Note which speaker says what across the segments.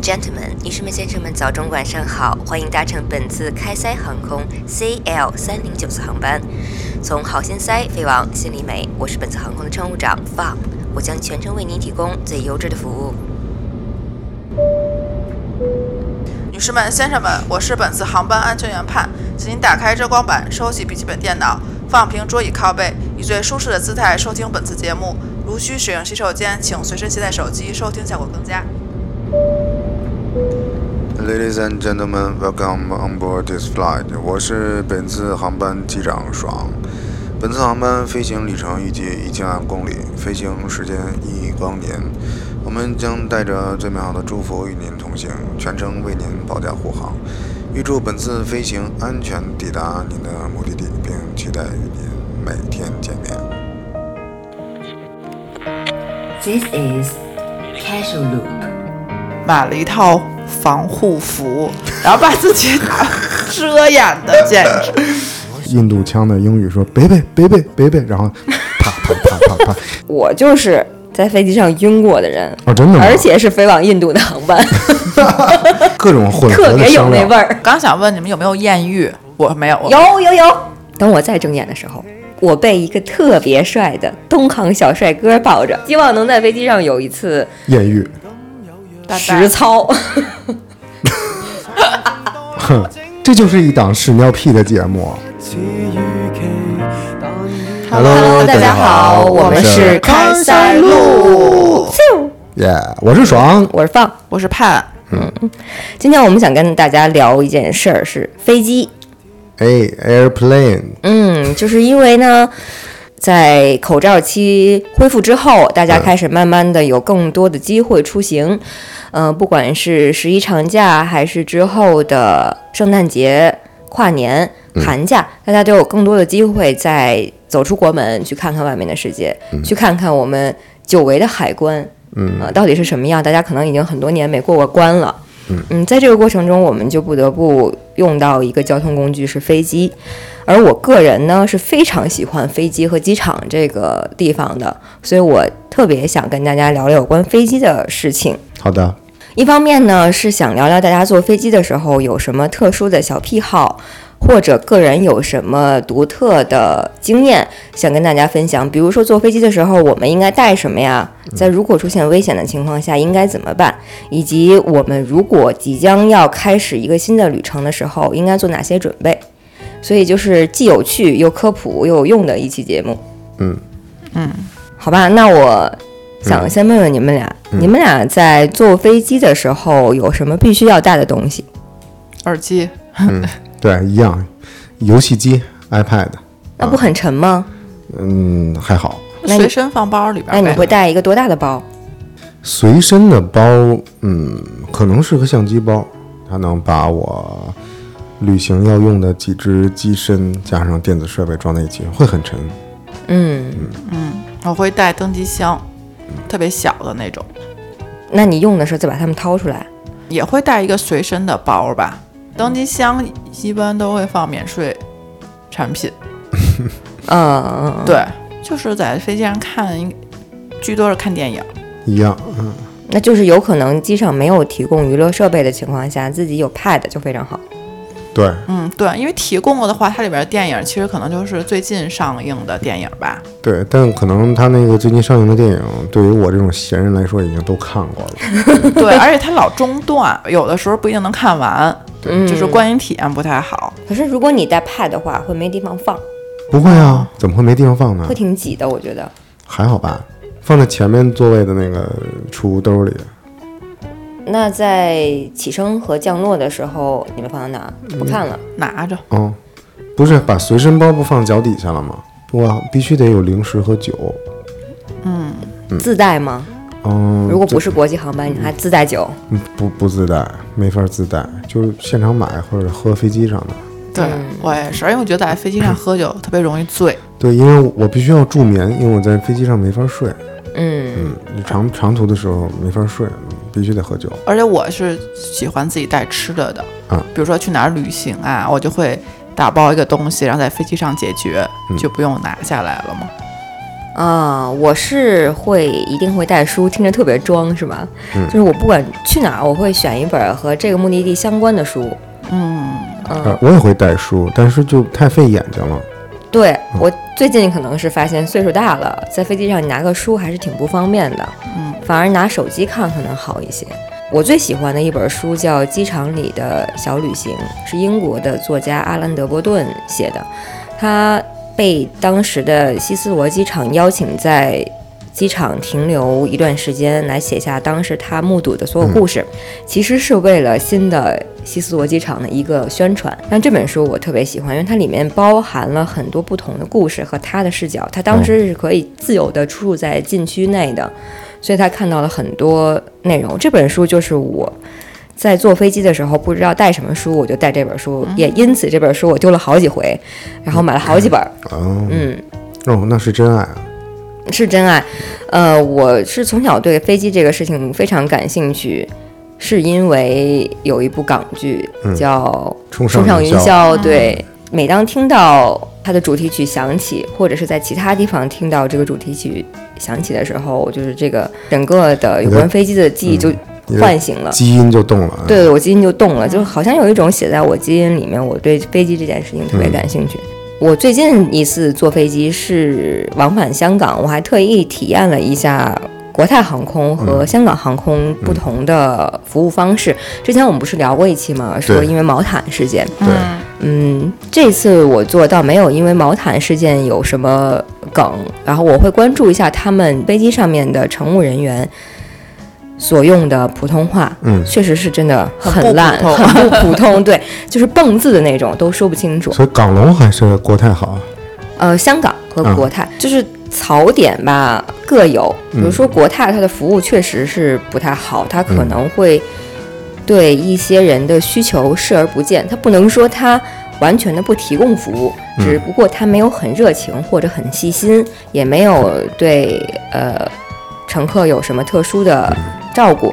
Speaker 1: gentlemen，女士们、先生们，早中晚上好，欢迎搭乘本次开塞航空 CL 三零九次航班，从好心塞飞往新里美。我是本次航空的乘务长 Fang，我将全程为您提供最优质的服务。
Speaker 2: 女士们、先生们，我是本次航班安全员盼，请您打开遮光板，收起笔记本电脑，放平桌椅靠背，以最舒适的姿态收听本次节目。如需使用洗手间，请随身携带手机，收听效果更佳。
Speaker 3: Ladies and gentlemen, welcome on board this flight. 我是本次航班机长爽。本次航班飞行里程预计一千万公里，飞行时间一光年。我们将带着最美好的祝福与您同行，全程为您保驾护航。预祝本次飞行安全抵达您的目的地，并期待与您每天见面。
Speaker 1: This is Casual Loop。
Speaker 2: 买了一套防护服，然后把自己打遮掩的，简直。
Speaker 3: 印度腔的英语说：“北北北北北北”，然后啪啪啪啪啪。
Speaker 4: 我就是在飞机上晕过的人，
Speaker 3: 哦，真的
Speaker 4: 而且是飞往印度的航 班，
Speaker 3: 各种混
Speaker 4: 特别有那味儿。
Speaker 2: 刚想问你们有没有艳遇，我没有。我
Speaker 4: 有有有，等我再睁眼的时候，我被一个特别帅的东航小帅哥抱着，希望能在飞机上有一次
Speaker 3: 艳遇。
Speaker 2: 大
Speaker 4: 实操。
Speaker 3: 哼，这就是一档屎尿屁的节目。Hello，
Speaker 4: 大家好，我们是开塞露，咻
Speaker 3: 耶我是爽。
Speaker 4: 我是放。
Speaker 2: 我是盼，
Speaker 4: 今天我们想跟大家聊一件事儿，是飞机。
Speaker 3: 哎，airplane，
Speaker 4: 嗯，就是因为呢，在口罩期恢复之后，大家开始慢慢的有更多的机会出行。呃，不管是十一长假，还是之后的圣诞节、跨年、寒假，大家都有更多的机会在走出国门，去看看外面的世界，去看看我们久违的海关，嗯、到底是什么样？大家可能已经很多年没过过关了。嗯，在这个过程中，我们就不得不用到一个交通工具是飞机。而我个人呢是非常喜欢飞机和机场这个地方的，所以我特别想跟大家聊聊有关飞机的事情。
Speaker 3: 好的，
Speaker 4: 一方面呢是想聊聊大家坐飞机的时候有什么特殊的小癖好，或者个人有什么独特的经验想跟大家分享。比如说坐飞机的时候，我们应该带什么呀？在如果出现危险的情况下应该怎么办？以及我们如果即将要开始一个新的旅程的时候，应该做哪些准备？所以就是既有趣又科普又有用的一期节目。
Speaker 3: 嗯
Speaker 4: 好吧，那我想先问问你们俩，你们俩在坐飞机的时候有什么必须要带的东西？
Speaker 2: 耳机
Speaker 3: 对，一样，游戏机、iPad，
Speaker 4: 那不很沉吗？
Speaker 3: 嗯，还好。
Speaker 4: 那你
Speaker 2: 随身放包里边
Speaker 4: 那
Speaker 2: 呗。
Speaker 4: 你会带一个多大的包？
Speaker 3: 随身的包，嗯，可能是个相机包，它能把我旅行要用的几只机身加上电子设备装在一起，会很沉。
Speaker 4: 嗯，
Speaker 2: 我会带登机箱，特别小的那种，
Speaker 4: 那你用的时候再把它们掏出来。
Speaker 2: 也会带一个随身的包吧。登机箱一般都会放免税产品，
Speaker 4: 嗯嗯，嗯
Speaker 2: 对，就是在飞机上看，居多是看电影。
Speaker 3: 一样，嗯，
Speaker 4: 那就是有可能机上没有提供娱乐设备的情况下，自己有 pad 就非常好。
Speaker 3: 对，
Speaker 2: 嗯，对，因为提供过的话，它里边的电影其实可能就是最近上映的电影吧。
Speaker 3: 对，但可能他那个最近上映的电影，对于我这种闲人来说，已经都看过了。
Speaker 2: 对，而且它老中断，有的时候不一定能看完，就是观影体验不太好。
Speaker 4: 可是如果你带 pad 的话，会没地方放，
Speaker 3: 不会啊，怎么会没地方放呢
Speaker 4: 会？挺挤的，我觉得。
Speaker 3: 还好吧，放在前面座位的那个储物兜里，
Speaker 4: 那在起升和降落的时候，你们放在哪？不看了。
Speaker 2: 拿着，
Speaker 3: 哦，不是把随身包不放脚底下了吗？我必须得有零食和酒。
Speaker 4: 自带吗？
Speaker 3: 嗯，
Speaker 4: 如果不是国际航班，你还自带酒？
Speaker 3: 嗯不不自带，没法自带，就是现场买或者喝飞机上的。
Speaker 2: 对、我也是，因为我觉得在飞机上喝酒特别容易醉。
Speaker 3: 对，因为我必须要助眠，因为我在飞机上没法睡，
Speaker 4: 嗯，
Speaker 3: 嗯长长途的时候没法睡，嗯必须得喝酒。
Speaker 2: 而且我是喜欢自己带吃的的，
Speaker 3: 嗯
Speaker 2: 比如说去哪儿旅行啊，我就
Speaker 5: 嗯
Speaker 2: 会打包一个东西，然后在飞机上解决，就不用拿下来了嘛。
Speaker 4: 嗯啊、我是会一定会带书，听着特别装是吧？就是我不管去哪儿，我会选一本和这个目的地相关的书。
Speaker 2: 嗯
Speaker 3: 呃
Speaker 5: 啊，我也会带书，但是就太费眼睛了。
Speaker 4: 对我最近可能是发现岁数大了，在飞机上你拿个书还是挺不方便的，嗯，反而拿手机看可能好一些。我最喜欢的一本书叫《机场里的小旅行》，是英国的作家阿兰·德伯顿写的，他被当时的希斯罗机场邀请在。机场停留一段时间，来写下当时他目睹的所有故事，其实是为了新的希斯罗机场的一个宣传。但这本书我特别喜欢，因为它里面包含了很多不同的故事和他的视角。他当时是可以自由地出入在禁区内的，所以他看到了很多内容。这本书就是我。在坐飞机的时候不知道带什么书，我就带这本书，也因此这本书我丢了好几回，然后买了好几本儿。
Speaker 5: 哦，
Speaker 4: 嗯，
Speaker 5: 哦，那是真爱啊！
Speaker 4: 是真爱。呃，我是从小对飞机这个事情非常感兴趣，是因为有一部港剧叫《
Speaker 5: 嗯冲上
Speaker 4: 冲上
Speaker 5: 云
Speaker 4: 云
Speaker 5: 霄
Speaker 4: 霄》，对，每当听到它的主题曲响起，或者是在其他地方听到这个主题曲响起的时候，就是这个整个的有关飞机的记忆就
Speaker 5: 嗯你的
Speaker 4: 唤醒了。
Speaker 5: 基因就动了啊。
Speaker 4: 对，我基因就动了，就好像有一种写在我基因里面，我对飞机这件事情特别感兴趣。
Speaker 5: 嗯
Speaker 4: 我最近一次坐飞机是往返香港，我还特意体验了一下国泰航空
Speaker 5: 嗯
Speaker 4: 和香港航空不同的服务方式。之前我们不是聊过一期吗？说
Speaker 5: 对
Speaker 4: 因为毛毯事件，
Speaker 5: 对，
Speaker 4: 嗯，这次我做倒没有因为毛毯事件有什么梗，然后我会关注一下他们飞机上面的乘务人员所用的普通话，
Speaker 5: 嗯
Speaker 4: 确实是真的很
Speaker 2: 很不
Speaker 4: 烂，
Speaker 2: 普通
Speaker 4: 很不普通，对，就是蹦字的那种都说不清楚。
Speaker 5: 所以港龙还是国泰好啊。
Speaker 4: 呃，香港和国泰、就是槽点吧，各有。比如说国泰，它的服务确实是不太好，它可能会对一些人的需求视而不见。它不能说它完全的不提供服务，只不过它没有很热情或者很细心，也没有对呃乘客有什么特殊的照顾。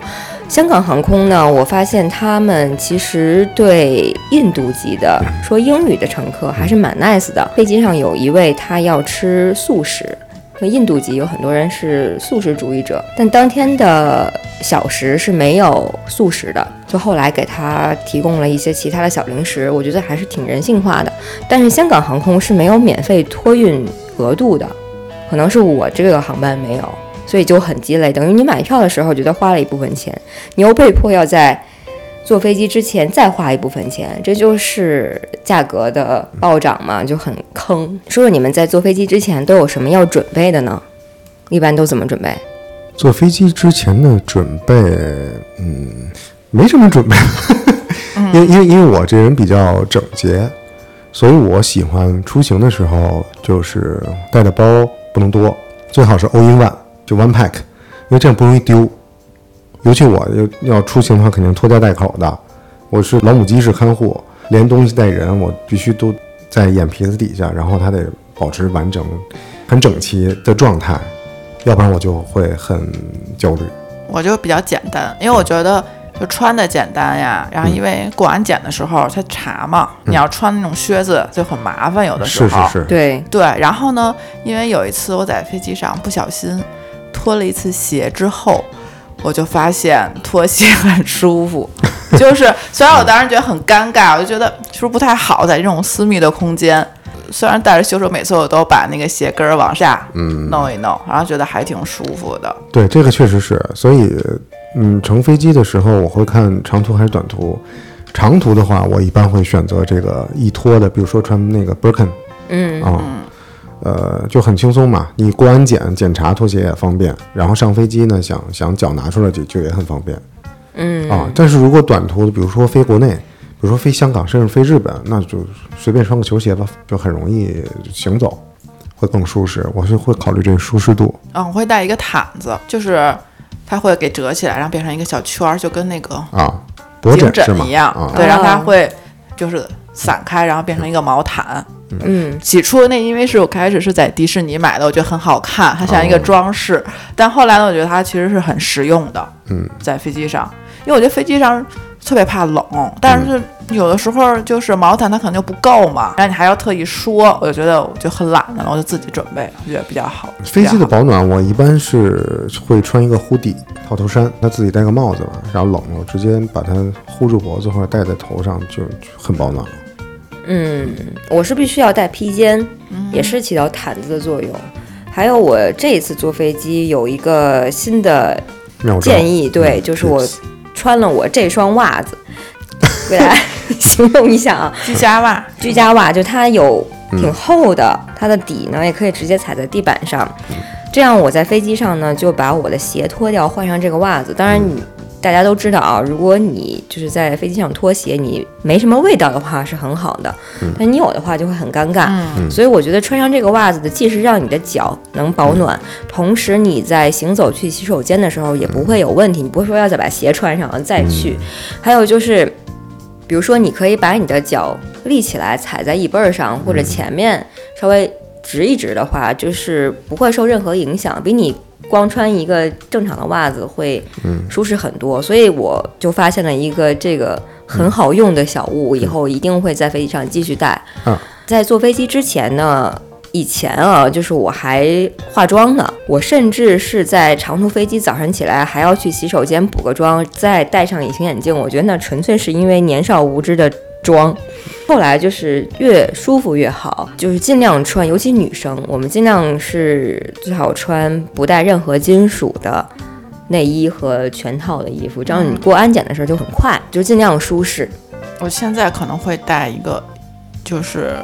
Speaker 4: 香港航空呢，我发现他们其实对印度籍的说英语的乘客还是蛮 nice 的。飞机上有一位他要吃素食，那印度籍有很多人是素食主义者，但当天的小食是没有素食的，就后来给他提供了一些其他的小零食，我觉得还是挺人性化的。但是香港航空是没有免费托运额度的，可能是我这个航班没有，所以就很鸡肋。等于你买票的时候觉得花了一部分钱，你又被迫要在坐飞机之前再花一部分钱，这就是价格的暴涨嘛，就很坑。说说你们在坐飞机之前都有什么要准备的呢？一般都怎么准备？
Speaker 5: 坐飞机之前的准备，嗯，没什么准备， 因为因为因为我这人比较整洁，所以我喜欢出行的时候就是带的包不能多，最好是 all in one，就 one pack，因为这样不容易丢。尤其我要要出行的话，肯定拖家带口的，我是老母鸡式看护，连东西带人我必须都在眼皮子底下，然后它得保持完整、很整齐的状态。要不然我就会很焦虑。
Speaker 2: 我就比较简单，因为我觉得就穿的简单呀。
Speaker 5: 嗯
Speaker 2: 然后因为过安检的时候他查嘛，你要穿那种靴子就很麻烦，有的时
Speaker 5: 是
Speaker 2: 候。
Speaker 5: 是是，
Speaker 4: 对，
Speaker 2: 对，然后呢，因为有一次我在飞机上不小心脱了一次鞋之后，我就发现脱鞋很舒服。就是虽然我当时觉得很尴尬，我就觉得是不是不太好在这种私密的空间。虽然戴着袖手，每次我都把那个鞋跟儿往下弄一弄，然后觉得还挺舒服的。
Speaker 5: 对，这个确实是。所以，嗯，乘飞机的时候我会看长途还是短途。长途的话，我一般会选择这个易脱的，比如说穿那个 Birkin
Speaker 4: 嗯，
Speaker 5: 啊、呃，就很轻松嘛。你过安检检查拖鞋也方便，然后上飞机呢，想想脚拿出来就就也很方便。嗯啊，但是如果短途，比如说飞国内，比如说飞香港，甚至飞日本，那就随便穿个球鞋吧，就很容易行走，会更舒适。我是会考虑这个舒适度。
Speaker 2: 嗯，我会带一个毯子，就是它会给折起来，然后变成一个小圈儿，就跟那个
Speaker 5: 啊，脖
Speaker 2: 颈
Speaker 5: 枕是吗？
Speaker 2: 一样，
Speaker 5: 啊，
Speaker 2: 对，然后它
Speaker 4: 啊
Speaker 2: 会就是散开，然后变成一个毛毯。
Speaker 4: 嗯，
Speaker 2: 起初那因为是我开始是在迪士尼买的，我觉得很好看，它像一
Speaker 5: 哦
Speaker 2: 个装饰。但后来呢，我觉得它其实是很实用的。嗯，在飞机上，因为我觉得飞机上特别怕冷，但
Speaker 5: 嗯
Speaker 2: 是有的时候就是毛毯它可能就不够嘛，然后你还要特意说，我就觉得我就很懒的了，我就自己准备，我觉得比较好。
Speaker 5: 飞机
Speaker 2: 比较
Speaker 5: 的
Speaker 2: 好
Speaker 5: 保暖，我一般是会穿一个护底套头衫，那自己戴个帽子吧，然后冷了我直接把它护住脖子或者戴在头上，就就很保暖了。
Speaker 4: 嗯，我是必须要带披肩，也是起到毯子的作用。还有我这一次坐飞机有一个新的
Speaker 5: 妙招
Speaker 4: 建议，对，
Speaker 5: 嗯
Speaker 4: 就是我穿了我这双袜 子，给大家 形容一下啊，
Speaker 2: 居家袜，
Speaker 4: 居家袜就它有挺厚的，它的底呢也可以直接踩在地板上，这样我在飞机上呢就把我的鞋脱掉，换上这个袜子。当然你。大家都知道啊，如果你就是在飞机上脱鞋，你没什么味道的话是很好的，但你有的话就会很尴尬。所以我觉得穿上这个袜子的，既是让你的脚能保暖，同时你在行走去洗手间的时候也不会有问题，你不会说要再把鞋穿上再去。还有就是，比如说你可以把你的脚立起来踩在椅背儿上，或者前面稍微直一直的话，就是不会受任何影响，比你。光穿一个正常的袜子会舒适很多，所以我就发现了一个这个很好用的小物，以后一定会在飞机上继续带。
Speaker 5: 嗯
Speaker 4: 在坐飞机之前呢，以前啊，就是我还化妆呢，我甚至是在长途飞机早上起来还要去洗手间补个妆，再戴上隐形眼镜。我觉得那纯粹是因为年少无知的妆。后来就是越舒服越好，就是尽量穿，尤其女生，我们尽量是最好穿不带任何金属的。内衣和全套的衣服，这样你过安检的时候就很快，就尽量舒适。
Speaker 2: 我现在可能会带一个，就是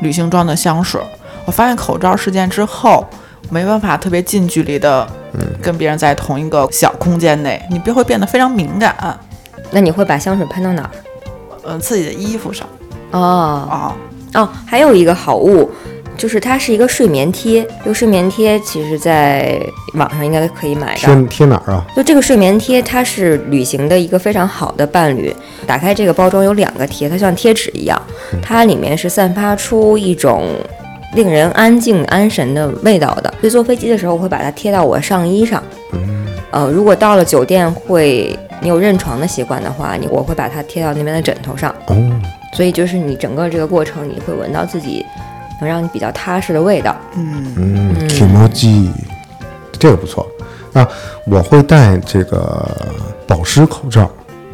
Speaker 2: 旅行装的香水儿。我发现口罩事件之后，没办法特别近距离的跟别人在同一个小空间内，你便会变得非常敏感。
Speaker 4: 那你会把香水喷到哪儿？
Speaker 2: 嗯，自己的衣服上
Speaker 4: 哦，
Speaker 2: 啊、
Speaker 4: 哦，还有一个好物，就是它是一个睡眠贴。这个睡眠贴其实在网上应该可以买到。
Speaker 5: 贴贴哪儿啊？
Speaker 4: 就这个睡眠贴，它是旅行的一个非常好的伴侣。打开这个包装有两个贴，它像贴纸一样，它里面是散发出一种令人安静安神的味道的。所以坐飞机的时候我会把它贴到我上衣上。呃，如果到了酒店会你有认床的习惯的话，你我会把它贴到那边的枕头上。
Speaker 5: 哦，
Speaker 4: 所以就是你整个这个过程，你会闻到自己能让你比较踏实的味道。
Speaker 5: 嗯，挺猫鸡，这个不错。啊，我会戴这个保湿口罩，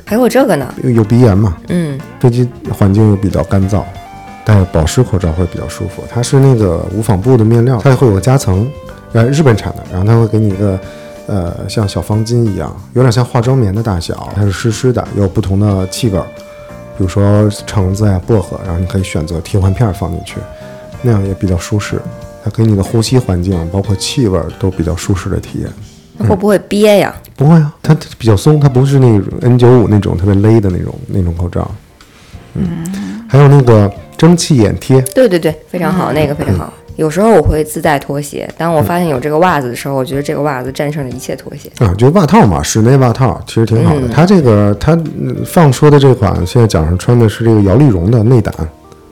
Speaker 4: 还有这个呢，
Speaker 5: 有有鼻炎嘛，
Speaker 4: 嗯，
Speaker 5: 飞机环境又比较干燥，戴保湿口罩会比较舒服。它是那个无纺布的面料，它会有个夹层，呃，日本产的，然后它会给你一个。呃，像小方巾一样，有点像化妆棉的大小，它是湿湿的，有不同的气味儿，比如说橙子呀、薄荷，然后你可以选择替换片儿放进去，那样也比较舒适。它给你的呼吸环境，包括气味儿都比较舒适的体验。
Speaker 4: 那会不会憋呀？
Speaker 5: 不会啊，它它比较松，它不是那种 N 九五那种特别勒的那种那种口罩。嗯，还有那个蒸汽眼贴，
Speaker 4: 对对对，非常好，那个非常好。有时候我会自带拖鞋，当我发现有这个袜子的时候，我觉得这个袜子战胜了一切拖鞋。
Speaker 5: 啊，就袜套嘛，室内袜套其实挺好的。它这个它嗯放说的这款，现在脚上穿的是这个摇粒绒的内胆，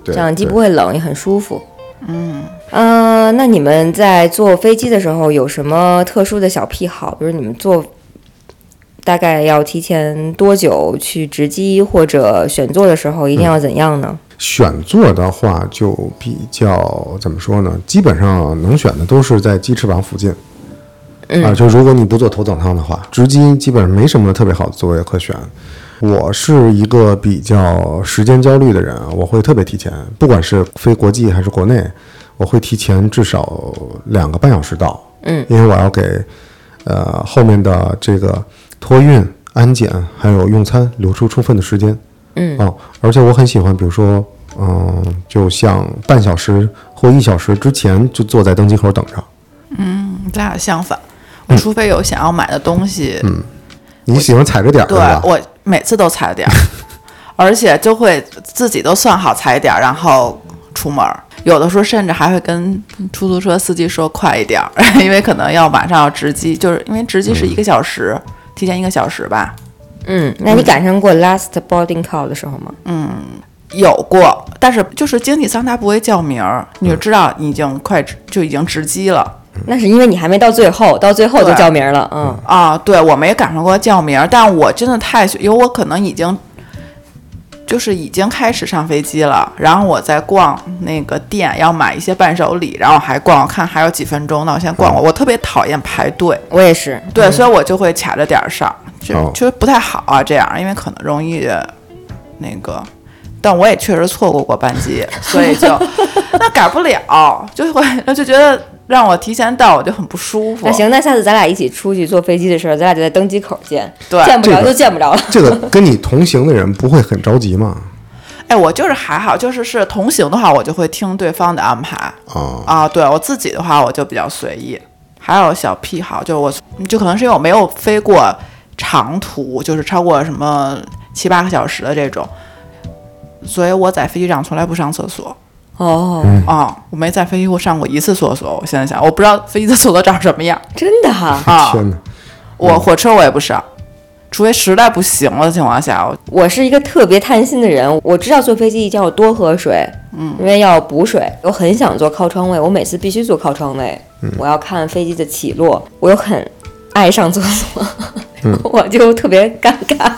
Speaker 5: 对，
Speaker 4: 这样既
Speaker 5: 对
Speaker 4: 不会冷，也很舒服。嗯，呃，那你们在坐飞机的时候有什么特殊的小癖好？比如你们坐大概要提前多久去值机，或者选座的时候一定要怎样呢？
Speaker 5: 选座的话就比较怎么说呢？基本上能选的都是在鸡翅膀附近。啊，就如果你不坐头等舱的话，直机基本上没什么特别好的座位可选。我是一个比较时间焦虑的人，啊我会特别提前，不管是飞国际还是国内，我会提前至少两个半小时到。嗯，因为我要给呃后面的这个托运、安检还有用餐留出充分的时间。嗯，哦，而且我很喜欢，比如说，嗯，就像半小时或一小时之前就坐在登机口等着。
Speaker 2: 嗯，咱俩相反。我除非有想要买的东西，
Speaker 5: 你喜欢踩着点儿是
Speaker 2: 对
Speaker 5: 吧？
Speaker 2: 我每次都踩点儿，而且就会自己都算好踩点儿，然后出门儿。有的时候甚至还会跟出租车司机说快一点儿， 因为可能要马上要值机，就是因为值机是一个小时，提前一个小时吧。
Speaker 4: 嗯，那你赶上过 last boarding call 的时候吗？
Speaker 2: 有过，但是就是经济舱它不会叫名儿，你就知道你已经快值就已经值机了。
Speaker 4: 那是因为你还没到最后，到最后就
Speaker 2: 对
Speaker 4: 叫名了。嗯，
Speaker 2: 啊，对我没赶上过叫名儿，但我真的太喜，因为我可能已经就是已经开始上飞机了，然后我在逛那个店，要买一些伴手礼，然后还逛，我看还有几分钟，那我先逛逛。我特别讨厌排队，
Speaker 4: 我也是，
Speaker 2: 对，所以我就会卡着点儿上，就
Speaker 5: 哦
Speaker 2: 就不太好啊，这样，因为可能容易那个。但我也确实错过过班机，所以就 那改不了，就会那就觉得让我提前到，我就很不舒服。
Speaker 4: 那，行，那下次咱俩一起出去坐飞机的时候，咱俩就在登机口见，
Speaker 2: 对
Speaker 4: 见不着
Speaker 5: 这
Speaker 4: 就
Speaker 5: 个
Speaker 4: 见不着了。
Speaker 5: 这个跟你同行的人不会很着急吗？
Speaker 2: 哎，我就是还好，就是是同行的话，我就会听对方的安排。
Speaker 5: 啊，
Speaker 2: 啊，对我自己的话，我就比较随意。还有小癖好，就是我，嗯就可能是因为我没有飞过长途，就是超过什么七八个小时的这种，所以我在飞机上从来不上厕所。
Speaker 4: 哦，
Speaker 2: 啊，我没在飞机上上过一次厕所。我现在想，我不知道飞机的厕所长什么样
Speaker 4: 真的哈、
Speaker 2: 啊。
Speaker 5: 天哪！
Speaker 2: 我火车我也不上，除非实在不行了的情况下，我
Speaker 4: 我是一个特别贪心的人，我知道坐飞机一定要多喝水，嗯，因为要补水。我很想坐靠窗位，我每次必须坐靠窗位，我要看飞机的起落。我又很爱上厕所， 我就特别尴尬。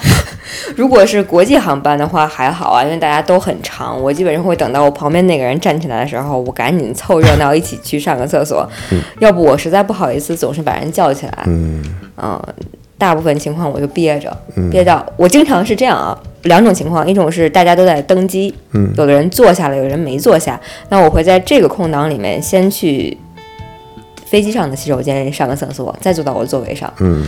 Speaker 4: 如果是国际航班的话还好啊，因为大家都很长，我基本上会等到我旁边那个人站起来的时候，我赶紧凑热闹一起去上个厕所，要不我实在不好意思总是把人叫起来，
Speaker 5: 嗯
Speaker 4: 嗯，大部分情况我就憋着，憋到我经常是这样啊，两种情况，一种是大家都在登机，
Speaker 5: 嗯
Speaker 4: 有的人坐下了，有的人没坐下，那我会在这个空档里面先去飞机上的洗手间上个厕所，再坐到我的座位上。
Speaker 5: 嗯，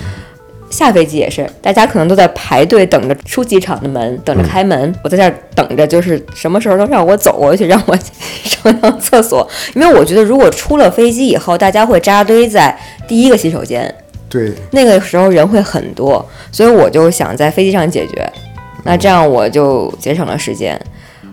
Speaker 4: 下飞机也是，大家可能都在排队等着出机场的
Speaker 5: 嗯
Speaker 4: 门，等着开门。我在这儿等着，就是什么时候能让我走过去，让我上趟厕所。因为我觉得，如果出了飞机以后，大家会扎堆在第一个洗手间，
Speaker 5: 对，
Speaker 4: 那个时候人会很多，所以我就想在飞机上解决。那这样我就节省了时间。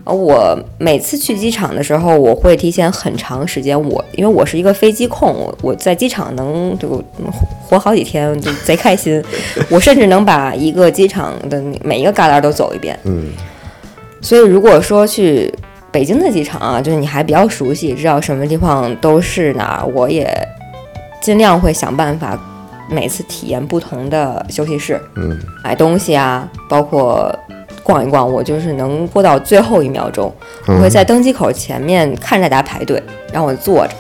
Speaker 4: 而我每次去机场的时候，我会提前很长时间。我因为我是一个飞机控，我我在机场能就嗯活好几天，就贼开心。我甚至能把一个机场的每一个旮旯都走一遍。
Speaker 5: 嗯
Speaker 4: 所以如果说去北京的机场啊，就是你还比较熟悉，知道什么地方都是哪儿，我也尽量会想办法每次体验不同的休息室，
Speaker 5: 嗯，
Speaker 4: 买东西啊，包括逛一逛，我就是能播到最后一秒钟。我会在登机口前面看着大家排队，让我坐着，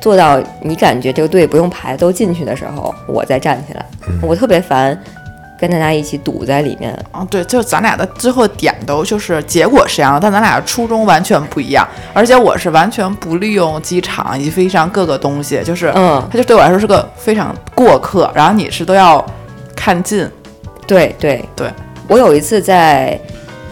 Speaker 4: 坐到你感觉这个队不用排都进去的时候，我再站起来。我特别烦跟大家一起堵在里面，
Speaker 2: 啊，对，就咱俩的最后点都就是结果是一样的，但咱俩初衷完全不一样。而且我是完全不利用机场以及飞机上各个东西，就是，
Speaker 4: 嗯
Speaker 2: 它就对我来说是个非常过客。然后你是都要看尽，
Speaker 4: 对对
Speaker 2: 对，
Speaker 4: 我有一次在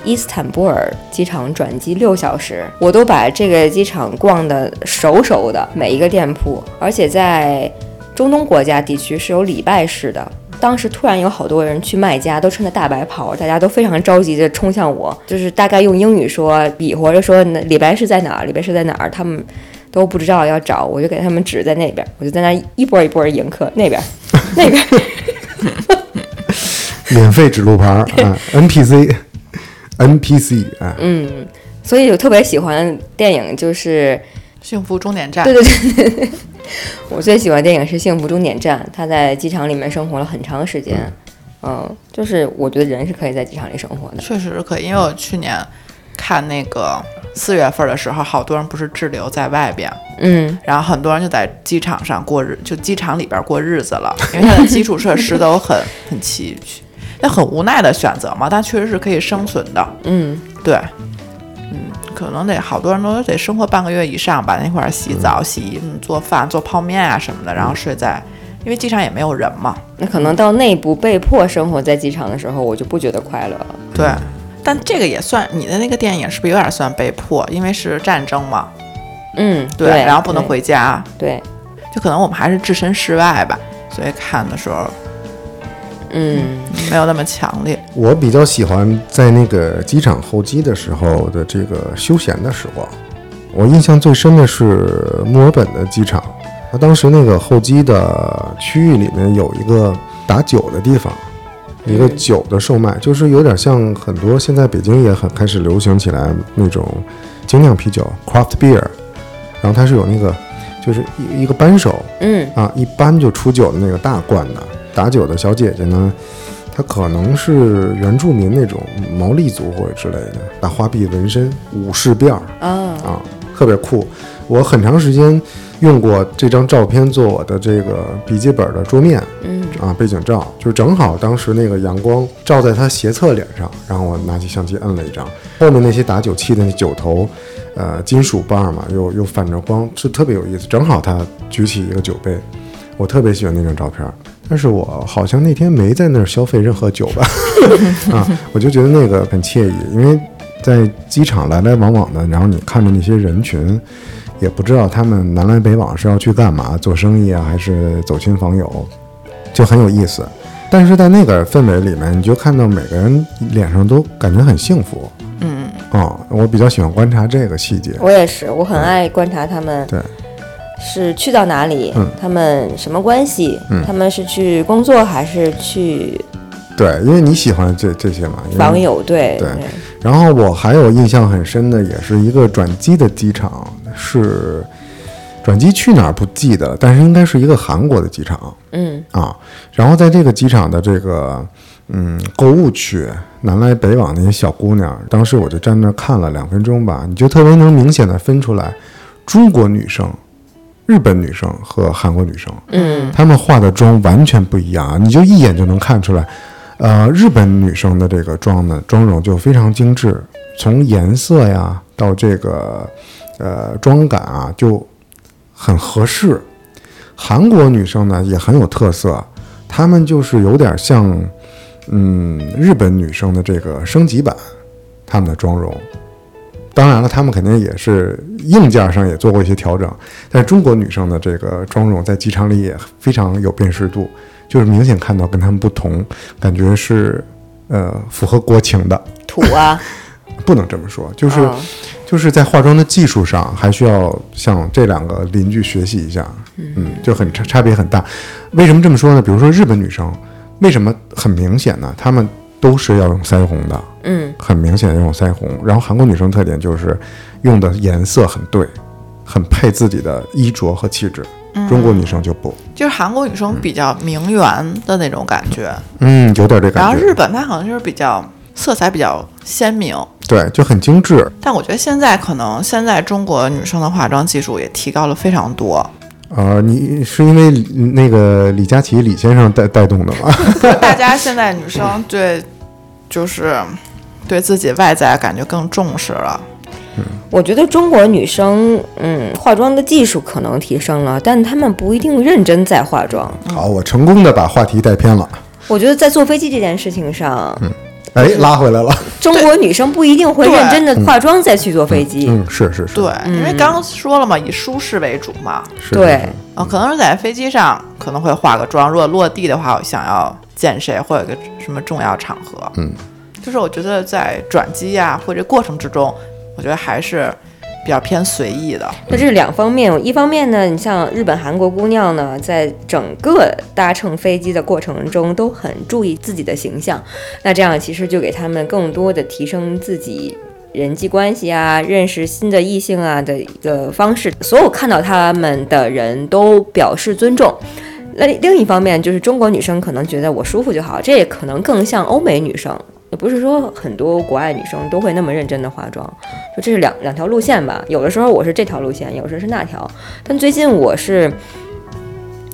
Speaker 4: 伊斯坦布尔机场转机六小时，我都把这个机场逛得熟熟的，每一个店铺，而且在中东国家地区是有礼拜式的。当时突然有好多人去卖家，都穿着大白袍，大家都非常着急的冲向我，就是大概用英语说比划着说那礼拜是在哪儿，礼拜是在哪儿，他们都不知道要找，我就给他们指在那边，我就在那一波一波地迎客，那边，那边，
Speaker 5: 免费指路牌儿啊 ，NPC。NPC 啊，
Speaker 4: 嗯，所以我特别喜欢电影，就是
Speaker 2: 幸福终点站。
Speaker 4: 对对对对对， 我最喜欢电影是《幸福终点站》，他在机场里面生活了很长时间。嗯，就是我觉得人是可以在机场里生活的。
Speaker 2: 确实是可以，因为我去年看那个四月份的时候，好多人不是滞留在外边，
Speaker 4: 嗯，
Speaker 2: 然后很多人就在机场上过日，就机场里边过日子 了，因为它的基础设施都很很崎岖，那很无奈的选择嘛，但确实是可以生存的。
Speaker 4: 嗯，
Speaker 2: 对，嗯，可能得好多人都得生活半个月以上吧，那块儿洗澡、洗衣、嗯、做饭、做泡面啊什么的，然后睡在，因为机场也没有人嘛。
Speaker 4: 那可能到内部被迫生活在机场的时候，我就不觉得快乐了。
Speaker 2: 对，嗯但这个也算你的那个电影是不是有点算被迫？因为是战争嘛，
Speaker 4: 嗯，
Speaker 2: 对，
Speaker 4: 对，
Speaker 2: 然后不能回家，
Speaker 4: 对。对，
Speaker 2: 就可能我们还是置身事外吧，所以看的时候
Speaker 4: 嗯，
Speaker 2: 没有那么强烈。
Speaker 5: 我比较喜欢在那个机场候机的时候的这个休闲的时光。我印象最深的是墨尔本的机场，它当时那个候机的区域里面有一个打酒的地方，一个酒的售卖，就是有点像很多现在北京也很开始流行起来那种精酿啤酒 （craft beer），然后它是有那个就是一一个扳手，
Speaker 4: 嗯，
Speaker 5: 啊，一般就出酒的那个大罐的，打酒的小姐姐呢，他可能是原住民那种毛利族或者之类的，大花臂纹身、武士辫儿
Speaker 2: 嗯
Speaker 4: 哦，
Speaker 5: 啊，特别酷。我很长时间用过这张照片做我的这个笔记本的桌面，
Speaker 4: 嗯，
Speaker 5: 啊，背景照，就是正好当时那个阳光照在他斜侧脸上，然后我拿起相机摁了一张，后面那些打酒器的那酒头，呃，金属棒嘛，又又反着光，是特别有意思。正好他举起一个酒杯，我特别喜欢那张照片儿，但是我好像那天没在那儿消费任何酒吧， 啊，我就觉得那个很惬意，因为在机场来来往往的，然后你看着那些人群。也不知道他们南来北往是要去干嘛，做生意啊，还是走亲访友，就很有意思。但是在那个氛围里面，你就看到每个人脸上都感觉很幸福。嗯，哦，我比较喜欢观察这个细节。
Speaker 4: 我也是，我很爱观察他们
Speaker 5: 对，
Speaker 4: 是去到哪里，
Speaker 2: 嗯
Speaker 4: 他们什么关系，他们是去工作还是去
Speaker 2: 嗯
Speaker 5: 对，因为你喜欢这这些嘛，因为
Speaker 4: 访友？对
Speaker 5: 对然后我还有印象很深的，也是一个转机的机场，是转机去哪儿不记得了，但是应该是一个韩国的机场
Speaker 4: 嗯
Speaker 5: 啊。然后在这个机场的这个嗯购物区，南来北往那些小姑娘，当时我就站那儿看了两分钟吧，你就特别能明显的分出来中国女生、日本女生和韩国女生。
Speaker 4: 嗯
Speaker 5: 她们化的妆完全不一样，啊你就一眼就能看出来。呃，日本女生的这个妆呢，妆容就非常精致，从颜色呀到这个呃妆感啊，就很合适。韩国女生呢也很有特色，她们就是有点像嗯日本女生的这个升级版，她们的妆容。当然了，她们肯定也是硬件上也做过一些调整，但是中国女生的这个妆容在机场里也非常有辨识度，就是明显看到跟她们不同，感觉是呃符合国情的，
Speaker 4: 土啊，
Speaker 5: 不能这么说，就是、
Speaker 2: 哦
Speaker 4: 嗯
Speaker 5: 就是在化妆的技术上还需要向这两个邻居学习一下，嗯，就很差差别很大。为什么这么说呢？比如说日本女生，为什么很明显呢？她们都是要用腮红的，
Speaker 4: 嗯
Speaker 5: 很明显的用腮红。然后韩国女生特点就是用的颜色很对，很配自己的衣着和气质。
Speaker 2: 嗯
Speaker 5: 中国女生就不，
Speaker 2: 就是韩国女生比较名媛的那种感觉，
Speaker 5: 嗯，有点这
Speaker 2: 然后
Speaker 5: 感觉，
Speaker 2: 日本她好像就是比较色彩比较鲜明。
Speaker 5: 对，就很精致。
Speaker 2: 但我觉得现在可能现在中国女生的化妆技术也提高了非常 多，
Speaker 5: 呃，你是因为李那个李佳琦李先生带带动的 吗？
Speaker 2: 大家现在女生对就是对自己外在感觉更重视了。
Speaker 4: 我觉得中国女生，嗯，化妆的技术可能提升了，但她们不一定认真在化妆。
Speaker 5: 好，我成功的把话题带偏了，
Speaker 4: 我觉得在坐飞机这件事情上，
Speaker 5: 哎，拉回来了。
Speaker 4: 中国女生不一定会
Speaker 2: 对
Speaker 4: 认真的化妆再去坐飞机。
Speaker 5: 嗯，是是是，
Speaker 2: 对，因为刚刚说了嘛，以舒适为主嘛，
Speaker 5: 是，
Speaker 4: 对
Speaker 5: 是，
Speaker 2: 啊，可能是在飞机上可能会化个妆，如果落地的话，我想要见谁或者有个什么重要场合，
Speaker 5: 嗯，
Speaker 2: 就是我觉得在转机呀、或者过程之中，我觉得还是比较偏随意的，
Speaker 4: 那这是两方面。一方面呢，你像日本、韩国姑娘呢，在整个搭乘飞机的过程中都很注意自己的形象，那这样其实就给她们更多的提升自己。人际关系啊，认识新的异性啊的一个方式，所有看到她们的人都表示尊重。那另一方面，就是中国女生可能觉得我舒服就好，这也可能更像欧美女生，也不是说很多国外女生都会那么认真的化妆。就这是两两条路线吧。有的时候我是这条路线，有时候是那条。但最近我是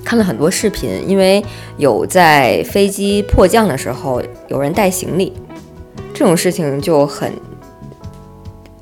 Speaker 4: 看了很多视频，因为有在飞机迫降的时候有人带行李，这种事情就很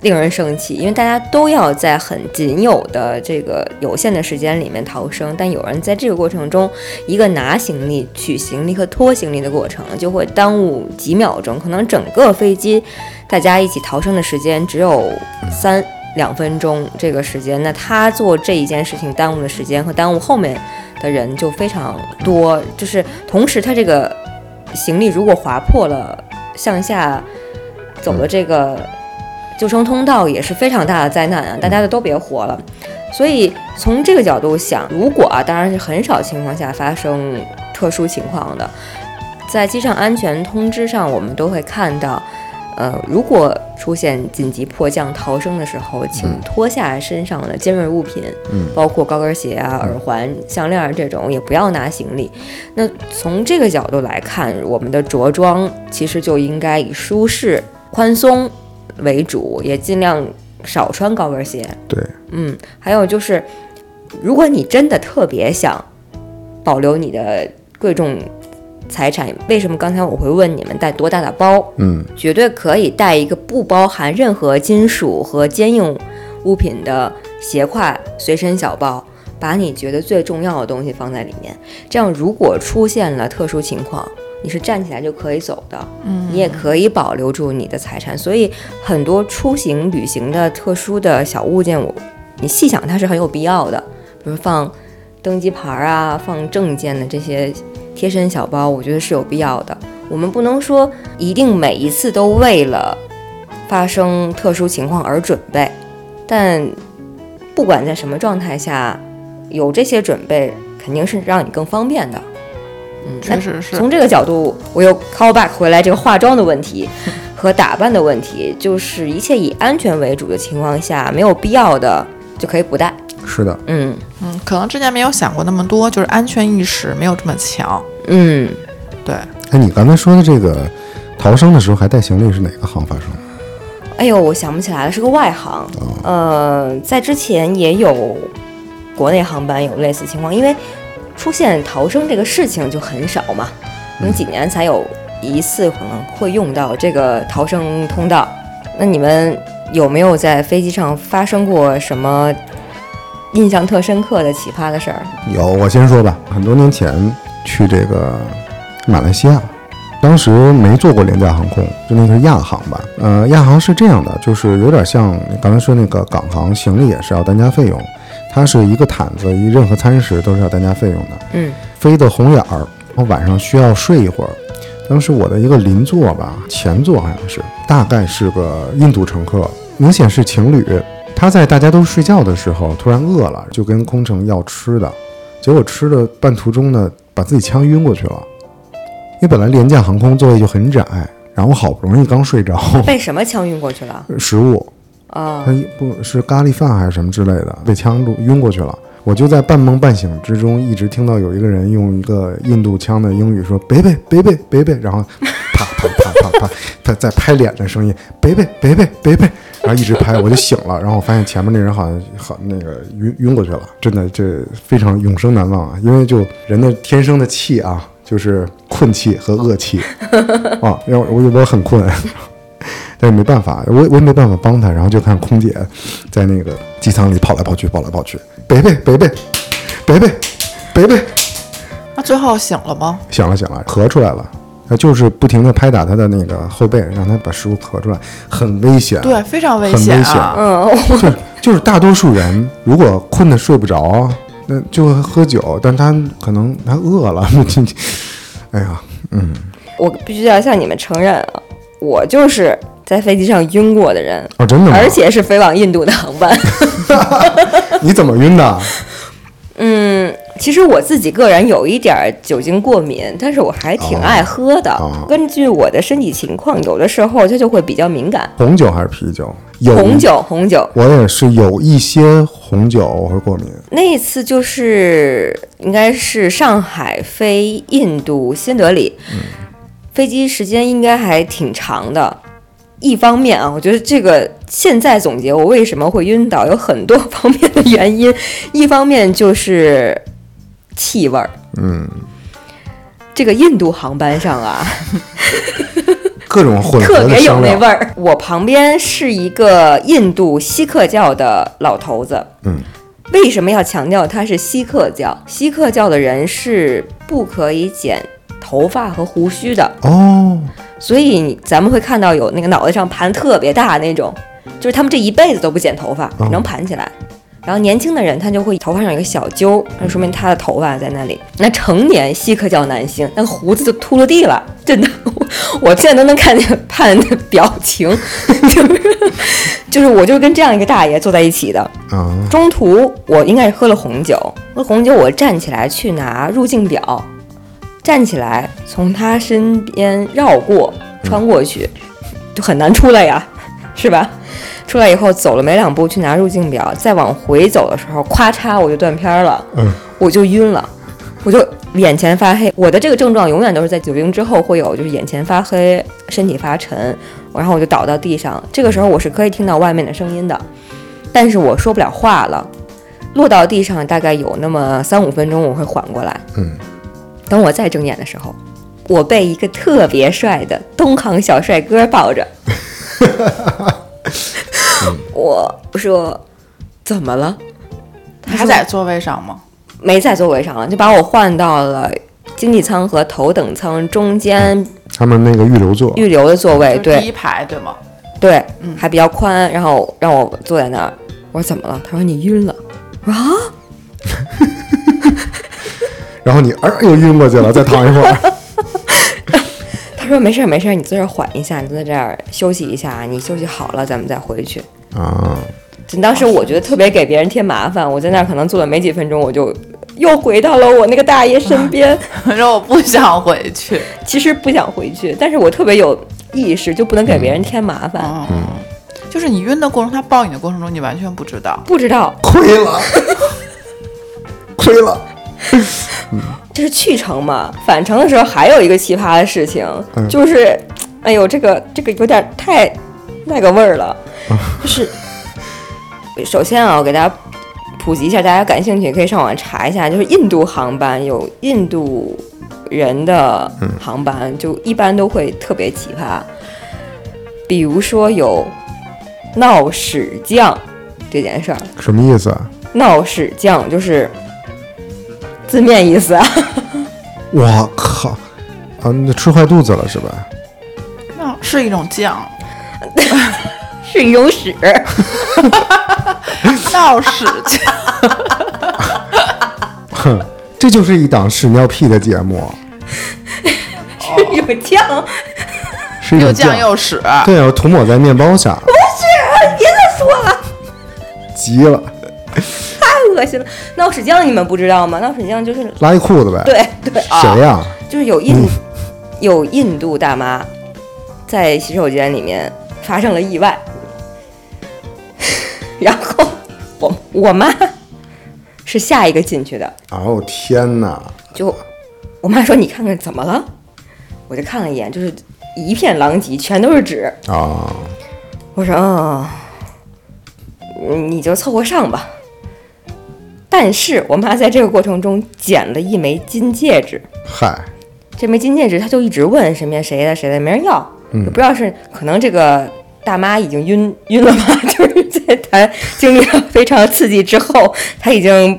Speaker 4: 令人生气，因为大家都要在很仅有的这个有限的时间里面逃生，但有人在这个过程中，一个拿行李、取行李和拖行李的过程就会耽误几秒钟，可能整个飞机大家一起逃生的时间只有三两分钟这个时间，那他做这一件事情耽误的时间和耽误后面的人就非常多，就是同时他这个行李如果划破了向下走的这个救生通道，也是非常大的灾难啊！大家就都别活了。所以从这个角度想，如果啊，当然是很少情况下发生特殊情况的，在机上安全通知上，我们都会看到，呃，如果出现紧急迫降逃生的时候，请脱下身上的尖锐物品，包括高跟鞋啊、耳环、项链儿这种，也不要拿行李。那从这个角度来看，我们的着装其实就应该以舒适、宽松为主，也尽量少穿高跟鞋。
Speaker 5: 对，
Speaker 4: 嗯，还有就是，如果你真的特别想保留你的贵重财产，为什么刚才我会问你们带多大的包？
Speaker 5: 嗯，
Speaker 4: 绝对可以带一个不包含任何金属和坚硬物品的斜挎随身小包，把你觉得最重要的东西放在里面。这样，如果出现了特殊情况，你是站起来就可以走的，嗯，你也可以保留住你的财产。所以，很多出行旅行的特殊的小物件，我你细想，它是很有必要的。比如放登机牌儿啊，放证件的这些贴身小包，我觉得是有必要的。我们不能说一定每一次都为了发生特殊情况而准备，但不管在什么状态下，有这些准备肯定是让你更方便的。嗯，那
Speaker 2: 确实是。
Speaker 4: 从这个角度，我又 call back 回来这个化妆的问题和打扮的问题，就是一切以安全为主的情况下，没有必要的就可以不带。
Speaker 5: 是的，
Speaker 4: 嗯
Speaker 2: 嗯，可能之前没有想过那么多，就是安全意识没有这么强。
Speaker 4: 嗯，
Speaker 2: 对，
Speaker 5: 哎，你刚才说的这个逃生的时候还带行李是哪个航发生？
Speaker 4: 哎呦，我想不起来了，是个外航。呃，在之前也有国内航班有类似情况，因为出现逃生这个事情就很少嘛，你几年才有一次可能会用到这个逃生通道。那你们有没有在飞机上发生过什么印象特深刻的、奇葩的事儿？
Speaker 5: 有，我先说吧。很多年前去这个马来西亚，当时没坐过廉价航空，就那个亚航吧。呃，亚航是这样的，就是有点像你刚才说那个港航，行李也是要单加费用，它是一个毯子，一任何餐食都是要单加费用的。
Speaker 4: 嗯，
Speaker 5: 飞的红眼儿，然后晚上需要睡一会儿。当时我的一个邻座吧，前座好像是，大概是个印度乘客，明显是情侣。他在大家都睡觉的时候，突然饿了，就跟空乘要吃的，结果吃的半途中呢，把自己呛晕过去了。因为本来廉价航空座位就很窄，然后好不容易刚睡着，
Speaker 4: 被什么枪晕过去了？
Speaker 5: 食物
Speaker 4: 啊、
Speaker 5: 他不是咖喱饭还是什么之类的，被枪住晕过去了。我就在半梦半醒之中，一直听到有一个人用一个印度腔的英语说“北北北北北北”，然后啪啪啪啪啪，他在拍脸的声音“北北北北北北”，然后一直拍，我就醒了。然后我发现前面那人好像好那个晕晕过去了，真的这非常永生难忘啊！因为就人的天生的气啊，就是困气和恶气啊，让我我我很困。但是没办法，我我也没办法帮他，然后就看空姐在那个机舱里跑来跑去，跑来跑去，北北北北北北北北，
Speaker 2: 那最后醒了吗？
Speaker 5: 想了想了，咳出来了，他就是不停的拍打他的那个后背，让他把食物咳出来，很危险，
Speaker 2: 对，非常危
Speaker 5: 很
Speaker 2: 险
Speaker 5: 危
Speaker 2: 啊！
Speaker 4: 嗯，我
Speaker 5: 就是就是大多数人如果困得睡不着，那就会喝酒，但他可能他饿了， 这哎呀，
Speaker 4: 我必须要向你们承认啊，我就是在飞机上晕过的人，
Speaker 5: 哦，真的吗？
Speaker 4: 而且是飞往印度的航班。
Speaker 5: 你怎么晕的？
Speaker 4: 嗯，其实我自己个人有一点儿酒精过敏，但是我还挺爱喝的。
Speaker 5: 哦
Speaker 4: 根据我的身体情况，有的时候它就会比较敏感。
Speaker 5: 红酒还是啤酒？有
Speaker 4: 红酒，红酒，
Speaker 5: 我也是有一些红酒我会过敏，
Speaker 4: 那一次就是应该是上海飞印度新德里，飞机时间应该还挺长的。一方面啊，我觉得这个现在总结我为什么会晕倒，有很多方面的原因。一方面就是气味儿，
Speaker 5: 嗯，
Speaker 4: 这个印度航班上啊，
Speaker 5: 各种混合
Speaker 4: 特
Speaker 5: 的
Speaker 4: 别有
Speaker 5: 香
Speaker 4: 那
Speaker 5: 料
Speaker 4: 味。儿。我旁边是一个印度锡克教的老头子，
Speaker 5: 嗯，
Speaker 4: 为什么要强调他是锡克教？锡克教的人是不可以剪头发和胡须的，
Speaker 5: 哦，
Speaker 4: 所以咱们会看到有那个脑袋上盘特别大那种，就是他们这一辈子都不剪头发，
Speaker 5: 哦
Speaker 4: 只能盘起来。然后年轻的人他就会头发上有一个小揪，那说明他的头发在那里。那成年锡克教男性，那胡子就秃噜地了，真的， 我我现在都能看见盼的表情，就是 就是我就跟这样一个大爷坐在一起的。
Speaker 5: 啊，
Speaker 4: 中途我应该是喝了红酒，喝红酒我站起来去拿入境表，站起来从他身边绕过穿过去，就很难出来呀， 是吧？出来以后走了没两步去拿入境表，再往回走的时候，咔嚓我就断片儿了，
Speaker 5: 嗯，
Speaker 4: 我就晕了，我就眼前发黑。我的这个症状永远都是在酒精之后会有，就是眼前发黑，身体发沉，然后我就倒到地上。这个时候我是可以听到外面的声音的，但是我说不了话了。落到地上大概有那么三五分钟，我会缓过来。
Speaker 5: 嗯，
Speaker 4: 等我再睁眼的时候，我被一个特别帅的东航小帅哥抱着。我说怎么了？嗯
Speaker 2: 你还在座位上吗？
Speaker 4: 没在座位上了，就把我换到了经济舱和头等舱中间
Speaker 5: 他们那个预留座，
Speaker 4: 预留的座位。
Speaker 2: 哦就是第
Speaker 4: 哎对
Speaker 2: 一嗯排对吗？
Speaker 4: 对，还比较宽，然后让我坐在那儿。我说怎么了？他说啊你晕了。
Speaker 5: 然后你哎又晕过去了，再躺一会儿。
Speaker 4: 他说没事儿没事儿，你坐这儿缓一下，你坐在这儿休息一下，你休息好了咱们再回去。
Speaker 5: 啊，
Speaker 4: 就当时我觉得特别给别人添麻烦，我在那儿可能坐了没几分钟，我就又回到了我那个大爷身边。
Speaker 2: 我说我不想回去。
Speaker 4: 其实不想回去，但是我特别有意识，就不能给别人添麻烦。
Speaker 2: 嗯，就是你晕的过程，他抱你的过程中，你完全不知道。
Speaker 4: 不知道
Speaker 5: 亏了，亏了。
Speaker 4: 这是去程嘛？返程的时候还有一个奇葩的事情，
Speaker 5: 嗯
Speaker 4: 就是，哎呦，这个这个有点太那个味儿了，就是，首先啊，我给大家普及一下，大家感兴趣可以上网查一下，就是印度航班有印度人的航班，就一般都会特别奇葩，比如说有闹屎匠这件事儿，
Speaker 5: 什么意思啊？
Speaker 4: 闹屎匠就是字面意思啊。
Speaker 5: 我靠！啊，那吃坏肚子了是吧？
Speaker 2: 那是一种酱，
Speaker 4: 是有屎，
Speaker 2: 闹屎酱。
Speaker 5: 哼，这就是一档屎尿屁的节目，
Speaker 4: 是 有酱，
Speaker 5: 是一
Speaker 2: 又
Speaker 5: 种
Speaker 2: 酱又屎，
Speaker 5: 对啊，涂抹在面 包下，
Speaker 4: 说了，
Speaker 5: 急了，
Speaker 4: 太恶心了。闹屎酱你们不知道吗？闹屎酱就是
Speaker 5: 拉一裤子呗。
Speaker 4: 对啊对，
Speaker 5: 谁呀、
Speaker 4: 就是有印有印度大妈在洗手间里面发生了意外， 然后我我妈是下一个进去的，
Speaker 5: 哦天哪！
Speaker 4: 就我妈说你看看怎么了，我就看了一眼，就是一片狼藉，全都是纸。
Speaker 5: 啊，
Speaker 4: 我说，哦，嗯你就凑合上吧。但是我妈在这个过程中捡了一枚金戒指，
Speaker 5: 嗨，
Speaker 4: 这枚金戒指她就一直问身边谁的谁的，没人要，也不知道是可能这个大妈已经晕 晕了吧，就是在她经历了非常刺激之后，她已经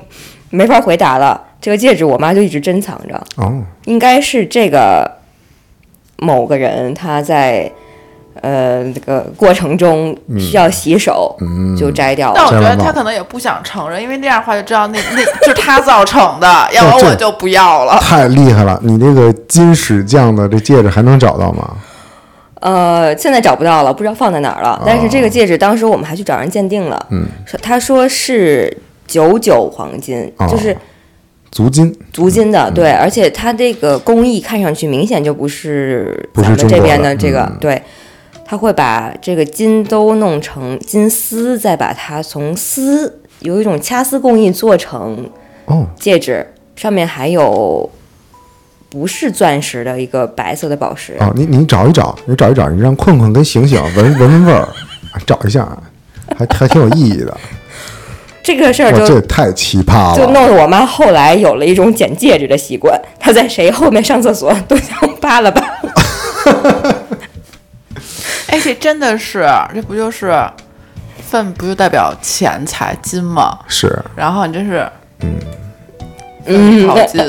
Speaker 4: 没法回答了。这个戒指我妈就一直珍藏着，
Speaker 5: 哦，
Speaker 4: 应该是这个某个人他在呃这个过程中
Speaker 5: 嗯
Speaker 4: 需要洗手，就摘掉
Speaker 2: 但
Speaker 4: 了。
Speaker 2: 我觉得
Speaker 5: 这样吧
Speaker 2: 他可能也不想承认，因为那样的话就知道那 那就是他造成的，要不然我就不要了。
Speaker 5: 太厉害了！你这个金屎匠的这戒指还能找到吗？
Speaker 4: 呃，现在找不到了，不知道放在哪儿了。但是这个戒指当时我们还去找人鉴定了，
Speaker 5: 哦嗯
Speaker 4: 说他说是九九黄金，
Speaker 5: 哦
Speaker 4: 就是
Speaker 5: 足金
Speaker 4: 足金的，
Speaker 5: 嗯
Speaker 4: 对，而且它这个工艺看上去明显就不是
Speaker 5: 不
Speaker 4: 咱
Speaker 5: 是
Speaker 4: 们这边
Speaker 5: 中国
Speaker 4: 的
Speaker 5: 的
Speaker 4: 这个，
Speaker 5: 嗯
Speaker 4: 对，他会把这个金都弄成金丝，再把它从丝有一种掐丝工艺做成
Speaker 5: 哦，
Speaker 4: 戒指，上面还有不是钻石的一个白色的宝石，
Speaker 5: 哦，你你找一找，你找一找，你让困困跟醒醒闻闻闻味儿，啊找一下，还还挺有意义 的。
Speaker 4: 这个事儿
Speaker 5: 哇，
Speaker 4: 就
Speaker 5: 哦这也啊太奇葩
Speaker 4: 就
Speaker 5: 了！
Speaker 4: 弄得我妈后来有了一种捡戒指的习惯，她在谁后面上厕所都想扒拉扒拉。
Speaker 2: 哎，这真的是，这不就是粪不就代表钱财金吗？
Speaker 5: 是
Speaker 2: 然后你这是
Speaker 4: 嗯，
Speaker 2: 淘金，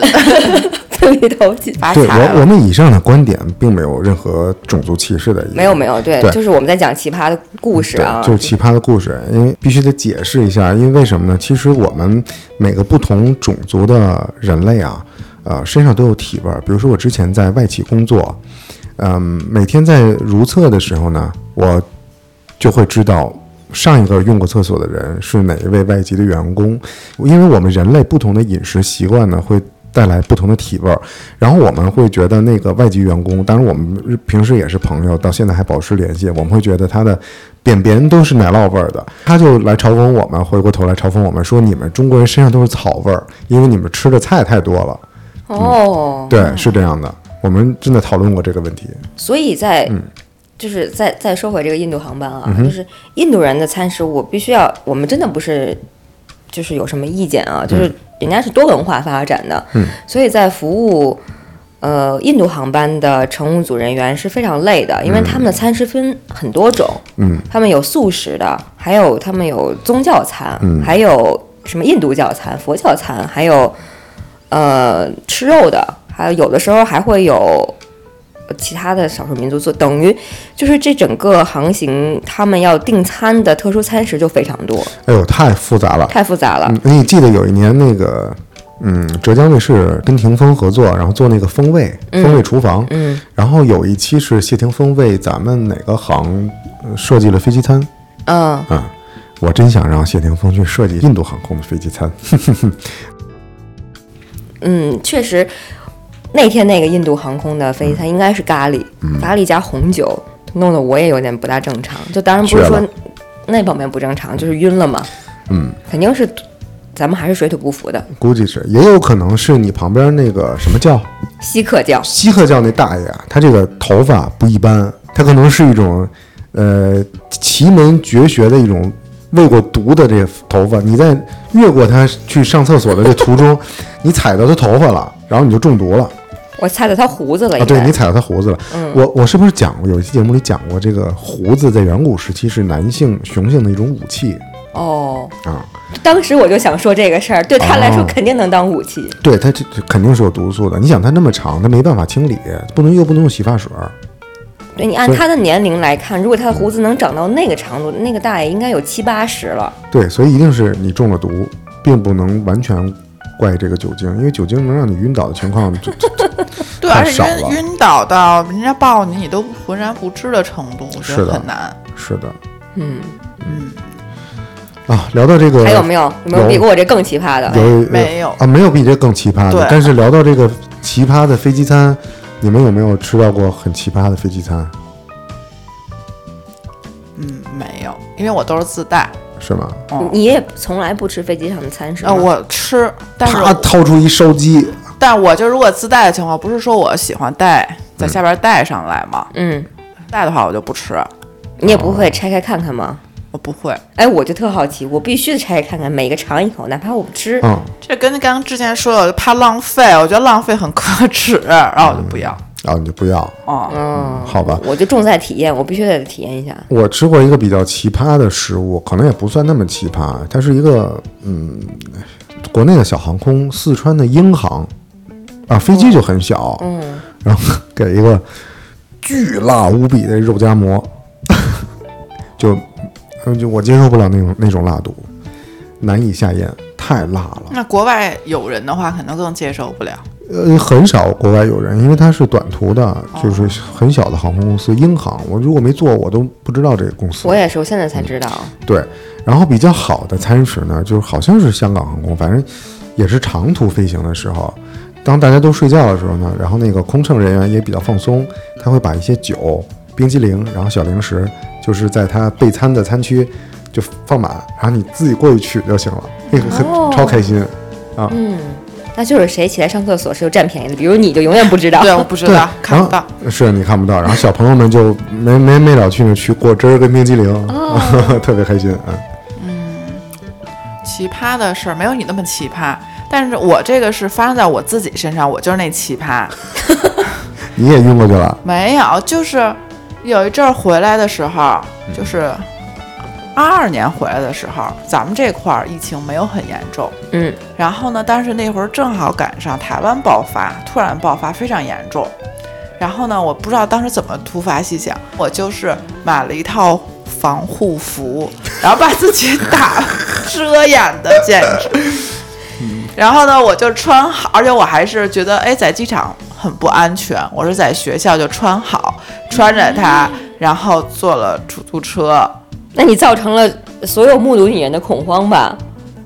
Speaker 4: 分离头巾。
Speaker 2: 发
Speaker 5: 对
Speaker 2: 财
Speaker 5: 我
Speaker 2: 了
Speaker 5: 我。们以上的观点并没有任何种族歧视的意思，
Speaker 4: 没有没有，对，
Speaker 5: 对
Speaker 4: 就是我们在讲奇葩的故事啊，
Speaker 5: 对，就是奇葩的故事，因为必须得解释一下，因为为什么呢？其实我们每个不同种族的人类啊，呃，身上都有体味儿。比如说我之前在外企工作，嗯，每天在如厕的时候呢，我就会知道。上一个用过厕所的人是哪一位外籍的员工？因为我们人类不同的饮食习惯呢，会带来不同的体味儿。然后我们会觉得那个外籍员工，当然我们日平时也是朋友，到现在还保持联系，我们会觉得他的便便都是奶酪味儿的，他就来嘲讽我们，回过头来嘲讽我们说你们中国人身上都是草味儿，因为你们吃的菜太多了。
Speaker 4: 哦，
Speaker 5: 嗯对，是这样的。我们真的讨论过这个问题，
Speaker 4: 所以在、
Speaker 5: 嗯
Speaker 4: 就是再再说回这个印度航班啊，就是印度人的餐食，我必须要，我们真的不是就是有什么意见
Speaker 5: 嗯
Speaker 4: 啊，就是人家是多文化发展的，嗯、所以在服务。呃，印度航班的乘务组人员是非常累的，因为他们的餐食分很多种，
Speaker 5: 嗯，
Speaker 4: 他们有素食的，还有他们有宗教餐，
Speaker 5: 嗯
Speaker 4: 还有什么印度教餐、佛教餐，还有呃吃肉的，还有有的时候还会有呃其他的少数民族做，等于就是这整个航行他们要订餐的特殊餐食就非常多，
Speaker 5: 哎呦，太复杂了。
Speaker 4: 太复杂了。
Speaker 5: 嗯，你记得有一年那个，嗯，浙江卫视跟霆锋合作，然后做那个风味风味厨房，
Speaker 4: 嗯，
Speaker 5: 然后有一期是谢霆锋为咱们哪个行呃设计了飞机餐
Speaker 4: 嗯，
Speaker 5: 啊、我真想让谢霆锋去设计印度航空的飞机餐，
Speaker 4: 嗯，确实，那天那个印度航空的飞机餐应该是咖喱，
Speaker 5: 嗯
Speaker 4: 咖喱加红酒，弄得我也有点不大正常。就当然不是
Speaker 5: 绝
Speaker 4: 说
Speaker 5: 了
Speaker 4: 那方面不正常，就是晕了嘛。
Speaker 5: 嗯，
Speaker 4: 肯定是咱们还是水土不服的，
Speaker 5: 估计是，也有可能是你旁边那个什么叫
Speaker 4: 稀客教。
Speaker 5: 锡克教那大爷啊，他这个头发不一般，他可能是一种，呃，奇门绝学的一种喂过毒的这个头发。你在越过他去上厕所的这途中， 你踩到他头发了，然后你就中毒了
Speaker 4: 我猜到他胡子了，
Speaker 5: 啊！
Speaker 4: 应
Speaker 5: 对嗯
Speaker 4: 该
Speaker 5: 你。踩到他胡子了。我我是不是讲过有一期节目里讲过这个胡子在远古时期是男性雄性的一种武器
Speaker 4: 哦，
Speaker 5: 啊？
Speaker 4: 当时我就想说这个事儿，对他来说
Speaker 5: 哦
Speaker 4: 肯定能当武器。
Speaker 5: 对，它这这肯定是有毒素的。你想它那么长，它没办法清理，不能又不能用洗发水儿。
Speaker 4: 对你按他的年龄来看，如果他的胡子能长到那个长度，那个大爷应该有七八十了。
Speaker 5: 对，所以一定是你中了毒，并不能完全怪这个酒精，因为酒精能让你晕倒的情况 就，就
Speaker 2: 对，
Speaker 5: 太
Speaker 2: 而且
Speaker 5: 少
Speaker 2: 晕
Speaker 5: 了
Speaker 2: 晕倒到人家抱你，你都浑然不知的程度，我觉
Speaker 5: 是
Speaker 2: 得
Speaker 5: 的
Speaker 2: 很难。
Speaker 5: 是的
Speaker 4: 嗯，
Speaker 5: 啊。聊到这个，
Speaker 4: 还有没有有没有
Speaker 5: 有
Speaker 4: 比过我这更奇葩的？
Speaker 5: 有
Speaker 2: 没有
Speaker 5: 啊？没有比这更奇葩的
Speaker 2: 对。
Speaker 5: 但是聊到这个奇葩的飞机餐，你们有没有吃到过很奇葩的飞机餐？
Speaker 2: 嗯，没有，因为我都是自带。
Speaker 5: 是吗？
Speaker 2: 嗯，
Speaker 4: 哎你也从来不吃飞机上的餐食吗
Speaker 2: 呃，我吃，但是
Speaker 5: 啪，掏出一烧鸡，
Speaker 2: 但我就如果自带的情况，不是说我喜欢带在下边带上来嘛，
Speaker 4: 嗯，
Speaker 2: 带的话我就不吃，
Speaker 4: 你也不会拆开看看吗？
Speaker 2: 我不会。
Speaker 4: 哎，我就特好奇，我必须得拆开看看，每个尝一口，哪怕我不吃。
Speaker 5: 嗯，
Speaker 2: 这跟刚刚之前说的，我就怕浪费，我觉得浪费很可耻，然后我就不要。
Speaker 5: 然后啊你就不要，
Speaker 2: 哦，
Speaker 4: 嗯，
Speaker 5: 好吧？
Speaker 4: 我就重在体验，我必须得体验一下。
Speaker 5: 我吃过一个比较奇葩的食物，可能也不算那么奇葩，它是一个嗯，国内的小航空，四川的英航，啊，飞机就很小，嗯，然后给一个巨辣无比的肉夹馍， 就嗯就我接受不了那种那种辣度，难以下咽，太辣了。
Speaker 2: 那国外有人的话，可能更接受不了。
Speaker 5: 呃，很少国外有人，因为它是短途的，
Speaker 4: 哦
Speaker 5: 就是很小的航空公司，英航。我如果没坐，我都不知道这个公司。
Speaker 4: 我也是，我现在才知道。
Speaker 5: 对，然后比较好的餐食呢，就是好像是香港航空，反正也是长途飞行的时候，当大家都睡觉的时候呢，然后那个空乘人员也比较放松，他会把一些酒、冰激凌，然后小零食，就是在他备餐的餐区就放满，然后你自己过去取就行了，那个很、
Speaker 4: 哦
Speaker 5: 超开心。
Speaker 4: 那就是谁起来上厕所是有占便宜的，比如你就永远不知道。
Speaker 2: 对，啊我不知
Speaker 5: 对
Speaker 2: 道，看不
Speaker 5: 然
Speaker 2: 到
Speaker 5: 后。是你看不到，然后小朋友们就没没没了去那取果汁儿跟冰激凌，
Speaker 2: 哦
Speaker 5: 特别开心啊。嗯
Speaker 2: 奇葩的事儿没有你那么奇葩，但是我这个是发生在我自己身上，我就是那奇葩。
Speaker 5: 你也晕过去了，
Speaker 2: 没有，就是有一阵儿回来的时候，就是二二年回来的时候，咱们这块儿疫情没有很严重。
Speaker 4: 嗯，
Speaker 2: 然后呢，但是那会儿正好赶上台湾爆发，突然爆发非常严重。然后呢，我不知道当时怎么突发奇想，我就是买了一套防护服，然后把自己 打遮掩的， 简直。然后呢，我就穿好，而且我还是觉得，哎，在机场很不安全。我是在学校就穿好，穿着它，然后坐了出租车。
Speaker 4: 那你造成了所有目睹你人的恐慌吧？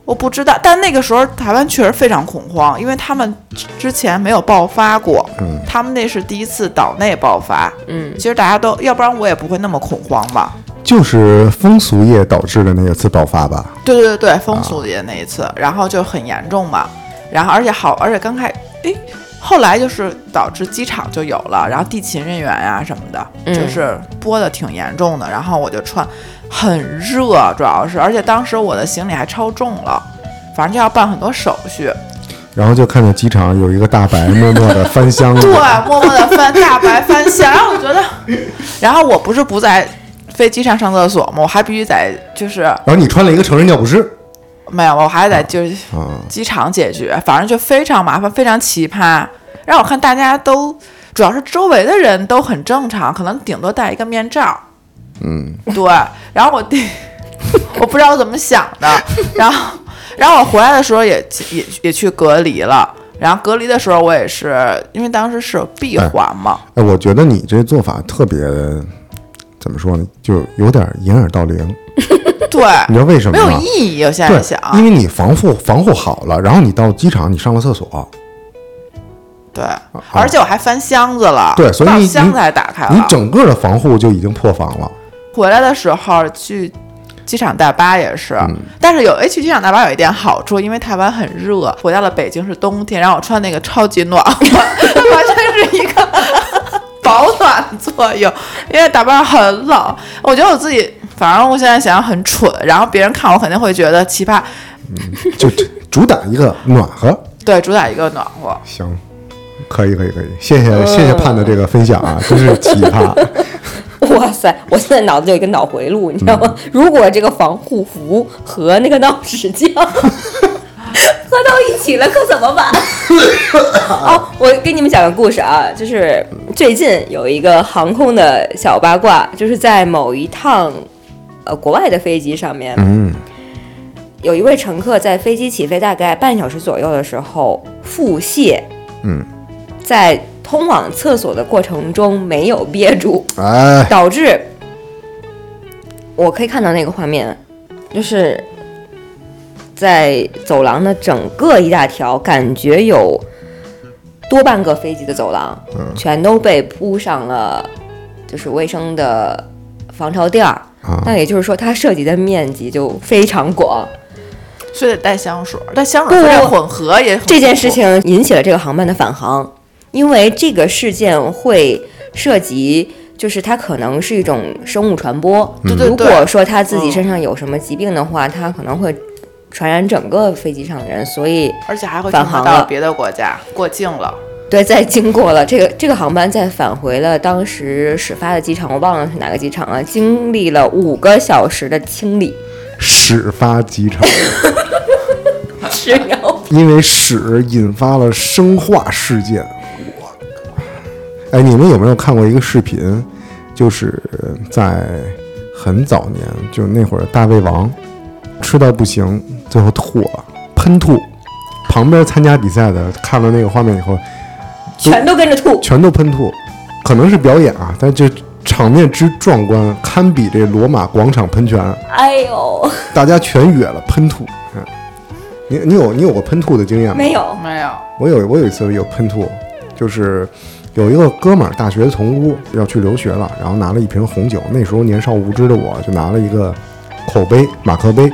Speaker 2: 我不知道，但那个时候台湾确实非常恐慌，因为他们之之前没有爆发过，
Speaker 5: 嗯
Speaker 2: 他们那是第一次岛内爆发。
Speaker 4: 嗯
Speaker 2: 其实大家都，要不然我也不会那么恐慌吧。
Speaker 5: 就是风俗业导致的那一次爆发吧。
Speaker 2: 对对对对，风俗节那一次，然后就很严重嘛。然后而且好，而且刚开，诶，后来就是导致机场就有了，然后地勤人员啊什么的，
Speaker 4: 嗯
Speaker 2: 就是播的挺严重的。然后我就穿很热，主要是，而且当时我的行李还超重了，反正就要办很多手续。
Speaker 5: 然后就看见机场有一个大白默默的翻箱子
Speaker 2: 对，，默默的翻大白翻箱，然后我觉得， 然后我不是不在飞机上上厕所吗？我还必须在就是
Speaker 5: 然后你穿了一个成人尿不湿
Speaker 2: 没有，我还得就是
Speaker 5: 啊，
Speaker 2: 机场解决，反正就非常麻烦，非常奇葩。让我看大家都，主要是周围的人都很正常，可能顶多戴一个面罩。
Speaker 5: 嗯，
Speaker 2: 对。然后我弟， 我不知道我怎么想的， 然后，然后我回来的时候也也也去隔离了。然后隔离的时候，我也是因为当时是有闭环嘛，
Speaker 5: 哎，我觉得你这做法特别，怎么说呢，就有点掩耳盗铃。
Speaker 2: 对，
Speaker 5: 你知道为什么
Speaker 2: 没有
Speaker 5: 吗？
Speaker 2: 意义。我现在
Speaker 5: 对
Speaker 2: 想，，啊
Speaker 5: 因为你防护防护好了，然后你到机场你上了厕
Speaker 2: 啊
Speaker 5: 所，
Speaker 2: 对，而且我还翻箱子了，
Speaker 5: 对，所以
Speaker 2: 把
Speaker 5: 你
Speaker 2: 箱
Speaker 5: 你
Speaker 2: 子还打开了，
Speaker 5: 你整个的防护就已经破防 了。
Speaker 2: 回来的时候去机场大巴也是，但是有哎，去机场大巴有一点好处，因为台湾很热，回到了北京是冬天，然后我穿那个超级暖和， 完全是一个 保暖作用，因为大巴很冷。我觉得我自己，反正我现在想想很蠢，然后别人看我肯定会觉得奇葩。
Speaker 5: 就就主打一个暖和。
Speaker 2: 对，主打一个暖和，
Speaker 5: 行，可以可以可以，谢
Speaker 2: 嗯
Speaker 5: 谢谢谢盼的这个分享啊，真是奇葩。
Speaker 4: 哇塞！我现在脑子有一个脑回路，你知道吗？
Speaker 5: 嗯
Speaker 4: 如果这个防护服和那个闹屎 酱合到一起了，可怎么办？哦，我给你们讲个故事啊，就是最近有一个航空的小八卦，就是在某一趟呃国外的飞机上面，
Speaker 5: 嗯，
Speaker 4: 有一位乘客在飞机起飞大概半小时左右的时候腹泻，
Speaker 5: 嗯，
Speaker 4: 在通往厕所的过程中没有憋住。
Speaker 5: 哎，
Speaker 4: 导致我可以看到那个画面，就是在走廊的整个一大条，感觉有多半个飞机的走廊，
Speaker 5: 嗯
Speaker 4: 全都被铺上了就是卫生的防潮垫儿。
Speaker 5: 啊
Speaker 4: 那也就是说，它涉及的面积就非常广。
Speaker 2: 所以得带香水，但香水虽然
Speaker 4: 不
Speaker 2: 混合也很
Speaker 4: 这件事
Speaker 2: 恐怖
Speaker 4: 情引起了这个航班的返航，因为这个事件会涉及，就是它可能是一种生物传播。
Speaker 2: 嗯对对
Speaker 4: 如
Speaker 2: 对嗯
Speaker 4: 果说他自己身上有什么疾病的话，他可能会传染整个飞机上的人。所以，
Speaker 2: 而且还会
Speaker 4: 返
Speaker 2: 传播
Speaker 4: 航
Speaker 2: 到
Speaker 4: 了
Speaker 2: 别的国家，过境了。
Speaker 4: 对，在经过了这个这个航班，再返回了当时始发的机场，我忘了是哪个机场了，经历了五个小时的 清理，
Speaker 5: 始发机场，
Speaker 4: 是然后
Speaker 5: 因为屎引发了生化事件。我哎，你们有没有看过一个视频？就是在很早年，就那会儿大胃王吃到不行，最后吐了，喷吐。旁边参加比赛的看了那个画面以后，
Speaker 4: 全都跟着 吐。
Speaker 5: 全都喷吐，可能是表演啊，但这场面之壮观，堪比这罗马广场喷泉，
Speaker 4: 哎呦，
Speaker 5: 大家全哕了喷吐。嗯，你你有你有过喷吐的经验吗？
Speaker 4: 没有，
Speaker 2: 没有，
Speaker 5: 我有我有一次有喷吐，就是有一个哥们儿大学同屋要去留学了，然后拿了一瓶红酒，那时候年少无知的我就拿了一个口杯马克杯，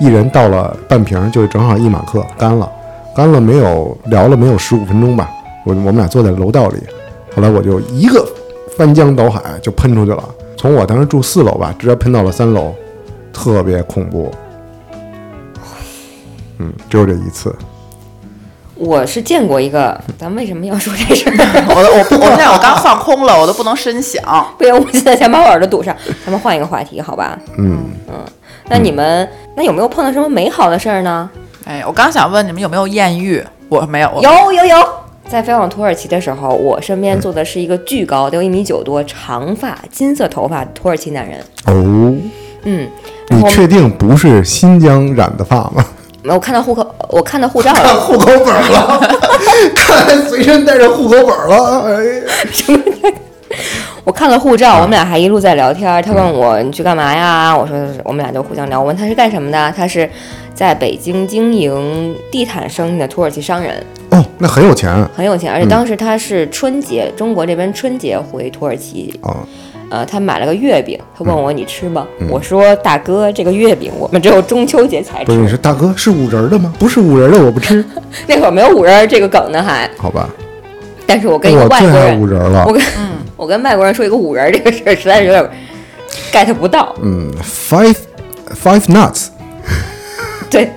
Speaker 5: 一人倒了半瓶，就正好一马克，干了，干了没有聊了没有十五分钟吧，我我们俩坐在楼道里，后来我就一个翻江倒海就喷出去了，从我当时住四楼吧，直接喷到了三楼，特别恐怖。嗯，只有这一次。
Speaker 4: 我是见过一个，咱为什么要说这事儿？
Speaker 2: 我 我不，我现在我刚放空了，我都不能深想。
Speaker 4: 不行，我现在先把我耳朵堵上，咱们换一个话题，好吧？
Speaker 5: 嗯，
Speaker 4: 那你们、那有没有碰到什么美好的事儿呢？
Speaker 2: 哎，我刚想问你们有没有艳遇，我没有。我
Speaker 4: 有有有，在飞往土耳其的时候，我身边坐的是一个巨高，得有一米九多，长发、金色头发的土耳其男人。
Speaker 5: 哦，
Speaker 4: 嗯，然
Speaker 5: 你
Speaker 4: 后
Speaker 5: 确定不是新疆染的发吗？
Speaker 4: 我看到户口，我看到护照了，
Speaker 5: 户口本了，看来随身带着户口本了。哎，
Speaker 4: 我看了护照，我们俩还一路在聊天儿。他问我你去干嘛呀？我说我们俩就互相聊。我问他是干什么的，他是在北京经营地毯生意的土耳其商人，
Speaker 5: 哦，那很有钱啊
Speaker 4: 很有钱。而且当时他是春节，中国这边春节回土耳其，
Speaker 5: 啊！嗯
Speaker 4: 呃，他买了个月饼，他问我你吃吗？我说大哥，这个月饼我们只有中秋节才
Speaker 5: 不是，你
Speaker 4: 吃，
Speaker 5: 说大哥是五仁儿的吗？不是五仁儿的，我不吃，
Speaker 4: 那会儿没有五仁儿这个梗呢还。
Speaker 5: 好吧？
Speaker 4: 但是我跟一个
Speaker 5: 我
Speaker 4: 外
Speaker 5: 最
Speaker 4: 国
Speaker 5: 爱五
Speaker 4: 人，
Speaker 5: 仁儿了
Speaker 4: 我。跟 我跟外国人说一个五仁儿这个事儿，实在是有点 get 不到。
Speaker 5: 嗯，five five nuts，
Speaker 4: 对，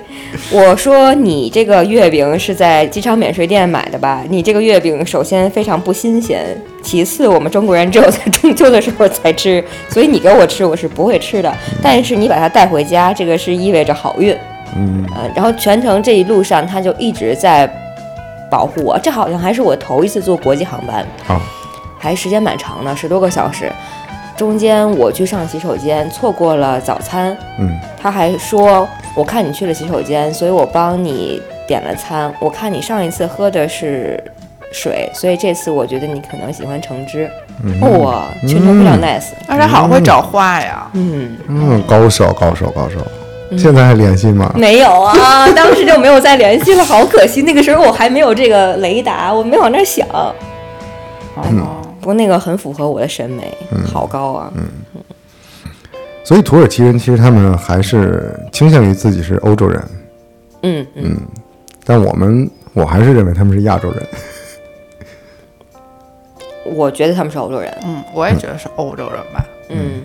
Speaker 4: 我说你这个月饼是在机场免税店买的吧？你这个月饼首先非常不新鲜，其次我们中国人只有在中秋的时候才吃，所以你给我吃我是不会吃的。但是你把它带回家，这个是意味着好运。嗯，呃，然后全程这一路上他就一直在保护我，这好像还是我头一次坐国际航班。
Speaker 5: 啊
Speaker 4: 还时间蛮长的，十多个小时。中间我去上洗手间，错过了早餐。
Speaker 5: 嗯，
Speaker 4: 他还说：“我看你去了洗手间，所以我帮你点了餐。我看你上一次喝的是水，所以这次我觉得你可能喜欢橙汁。哇、全程非常 nice。
Speaker 2: 而且好会找话呀，
Speaker 4: 嗯，
Speaker 5: 嗯，高手高手高手，现在还联系吗？
Speaker 4: 没有啊， 当时就没有再联系了，好可惜。那个时候我还没有这个雷达，我没往那儿想。
Speaker 2: 哦
Speaker 4: 不过那个很符合我的审美，好高啊。
Speaker 5: 所以土耳其人其实他们还是倾向于自己是欧洲人，
Speaker 4: 嗯嗯，
Speaker 5: 但我们我还是认为他们是亚洲人。
Speaker 4: 我觉得他们是欧洲人。
Speaker 2: 嗯，我也觉得是欧洲人吧。
Speaker 4: 嗯，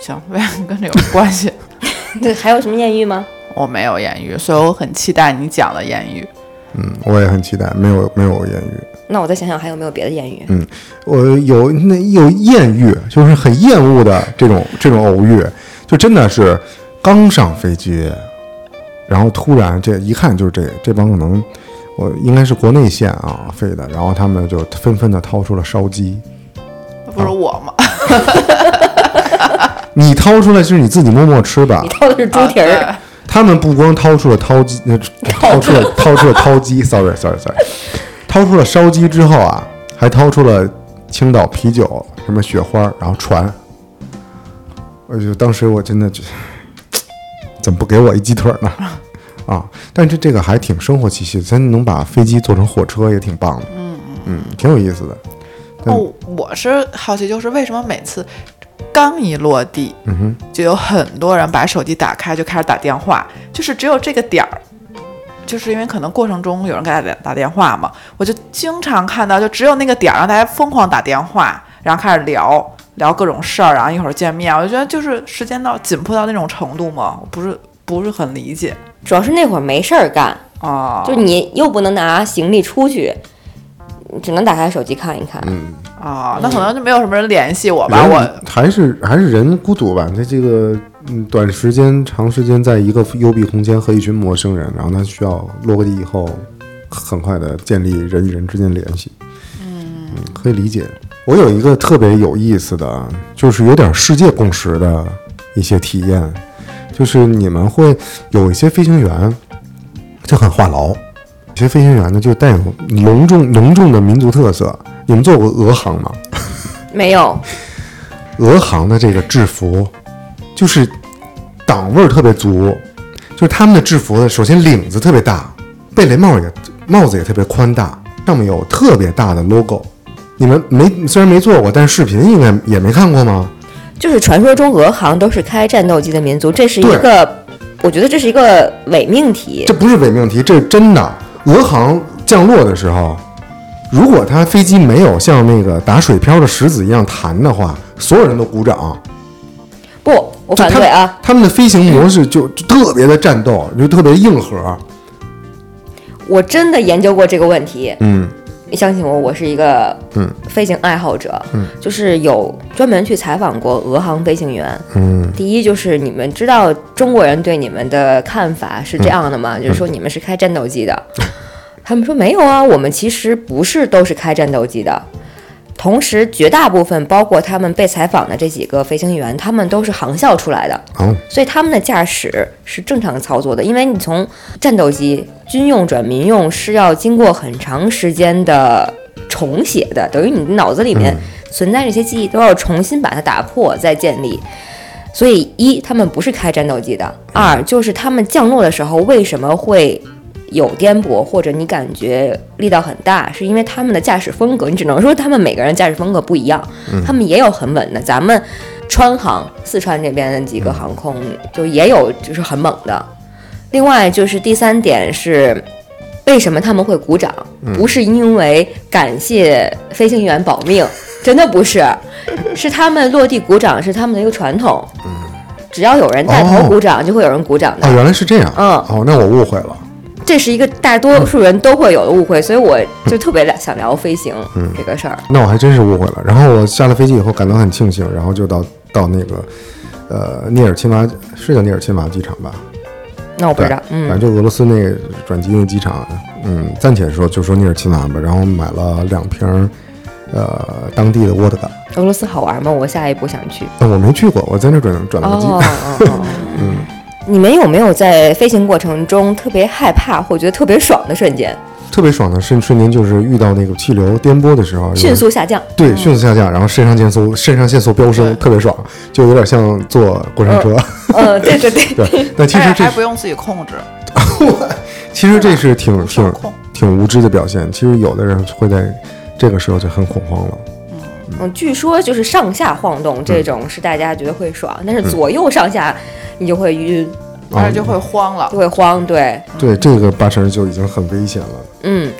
Speaker 2: 行，为什么跟这有关系？
Speaker 4: 对，还有什么艳遇吗？
Speaker 2: 我没有艳遇，所以我很期待你讲的艳遇。
Speaker 5: 嗯，我也很期待，没有没有艳遇，
Speaker 4: 那我再想想还有没有别的艳遇。
Speaker 5: 我有那有艳遇，就是很厌恶的这种这种偶遇，就真的是刚上飞机，然后突然这一看就是这这帮可能我应该是国内线啊飞的，然后他们就纷纷的掏出了烧鸡，
Speaker 2: 不是我 吗？
Speaker 5: 你掏出来就是你自己默默吃吧
Speaker 4: 你，掏的是猪蹄儿，
Speaker 2: 啊
Speaker 5: 他们不光掏出了掏鸡，呃掏出了掏出了掏鸡，sorry sorry sorry，掏出了烧鸡之后啊，还掏出了青岛啤酒、什么雪花，然后船。我就当时我真的就，怎么不给我一鸡腿呢？ 啊，但是这个还挺生活气息的，咱能把飞机做成火车也挺棒的，嗯嗯，挺有意思的。
Speaker 2: 对
Speaker 5: 嗯
Speaker 2: 哦，我是好奇，就是为什么每次刚一落地，
Speaker 5: 嗯
Speaker 2: 就有很多人把手机打开就开始打电话，就是只有这个点儿。就是因为可能过程中有人给他打打电话嘛，我就经常看到，就只有那个点儿让大家疯狂打电话，然后开始聊聊各种事儿，然后一会儿见面，我就觉得就是时间到紧迫到那种程度嘛，我不是不是很理解
Speaker 4: 主要是那会儿没事儿干，
Speaker 2: 哦。
Speaker 4: 就你又不能拿行李出去，只能打开手机看一看。
Speaker 2: 哦，那可能就没有什么人联系我吧，
Speaker 5: 人
Speaker 2: 我
Speaker 5: 还是还是人孤独吧，他这个嗯，短时间、长时间在一个幽闭空间和一群陌生人，然后他需要落个地以后，很快的建立人与人之间的联系。嗯，可以理解。我有一个特别有意思的，就是有点世界共识的一些体验，就是你们会有一些飞行员就很话痨，有些飞行员呢就带有浓重浓重的民族特色。你们做过俄航吗？
Speaker 4: 没有，
Speaker 5: 俄航的这个制服，就是党味儿特别足，就是他们的制服呢，首先领子特别大，贝雷帽也帽子也特别宽大，上面有特别大的 logo。你们没虽然没做过，但是视频应该也没看过吗？
Speaker 4: 就是传说中俄航都是开战斗机的民族，这是一
Speaker 5: 对
Speaker 4: 个，我觉得这是一个伪命题
Speaker 5: 这。不是伪命题，这是真的。俄航降落的时候，如果他飞机没有像那个打水漂的石子一样弹的话，所有人都鼓掌。
Speaker 4: 不，我
Speaker 5: 就
Speaker 4: 反
Speaker 5: 他
Speaker 4: 对
Speaker 5: 们
Speaker 4: 啊！
Speaker 5: 他们的飞行模式就就特别的战斗，就特别硬核。
Speaker 4: 我真的研究过这个问题，
Speaker 5: 嗯，
Speaker 4: 你相信我，我是一个
Speaker 5: 嗯
Speaker 4: 飞行爱好者，嗯，就是有专门去采访过俄航飞行员，
Speaker 5: 嗯，
Speaker 4: 第一就是你们知道中国人对你们的看法是这样的吗？
Speaker 5: 嗯
Speaker 4: 就是说你们是开战斗机的，他们说没有啊，我们其实不是都是开战斗机的。同时，绝大部分包括他们被采访的这几个飞行员，他们都是航校出来的，
Speaker 5: 哦，
Speaker 4: 所以他们的驾驶是正常操作的，因为你从战斗机军用转民用是要经过很长时间的重写的，等于你脑子里面存在这些记忆都要重新把它打破再建立。所以，一他们不是开战斗机的，二就是他们降落的时候为什么会有颠簸，或者你感觉力道很大，是因为他们的驾驶风格，你只能说他们每个人驾驶风格不一样，他们也有很稳的，咱们川航四川这边的几个航空就也有就是很猛的。另外就是第三点是。为什么他们会鼓掌？
Speaker 5: 嗯
Speaker 4: 不是因为感谢飞行员保 命，真的不是，是他们落地鼓掌是他们的一个传统。只要有人带头鼓掌，就会有人鼓掌的。
Speaker 5: 嗯哦，原来是这样。
Speaker 4: 嗯
Speaker 5: 哦，那我误会了。
Speaker 4: 这是一个大多数人都会有的误
Speaker 5: 嗯
Speaker 4: 会，所以我就特别想聊飞行这个事儿。
Speaker 5: 那我还真是误会了。然后我下了飞机以后感到很庆幸，然后就到到那个呃涅尔钦娃是叫涅尔钦娃机场吧？
Speaker 4: 那我不
Speaker 5: 对，哎
Speaker 4: 知道，嗯，
Speaker 5: 反正就俄罗斯那个转机那机场，嗯，暂且说就说涅尔钦娃吧。然后买了两瓶呃当地的沃德嘎，
Speaker 4: 俄罗斯好玩吗？我下一步想去。
Speaker 5: 但我没去过，我在那儿转转了个机。
Speaker 4: 哦哦哦，
Speaker 5: 嗯
Speaker 4: 你们有没有在飞行过程中特别害怕或觉得特别爽的瞬间？
Speaker 5: 特别爽的瞬瞬间就是遇到那个气流颠簸的时候，有
Speaker 4: 迅速嗯下降。
Speaker 5: 对迅速下降，然后肾上腺素肾上腺素飙升，特别爽，就有点像坐过山 车。
Speaker 4: 嗯，对对对。
Speaker 5: 对，那其
Speaker 2: 而
Speaker 5: 实
Speaker 2: 且
Speaker 5: 这
Speaker 2: 哎还
Speaker 5: 哦
Speaker 2: 不用自己控制，
Speaker 5: 其实这是挺
Speaker 2: 受
Speaker 5: 挺
Speaker 2: 控。
Speaker 5: 挺无知的表现。其实有的人会在这个时候就很恐慌了。
Speaker 4: 嗯，据说就是上下晃动
Speaker 5: 嗯
Speaker 4: 这种是大家觉得会爽，但是左右上下你就会晕，
Speaker 2: 而且就会慌了
Speaker 4: 就。会慌。对，
Speaker 5: 对，这个八成就已经很危险了。
Speaker 4: 嗯，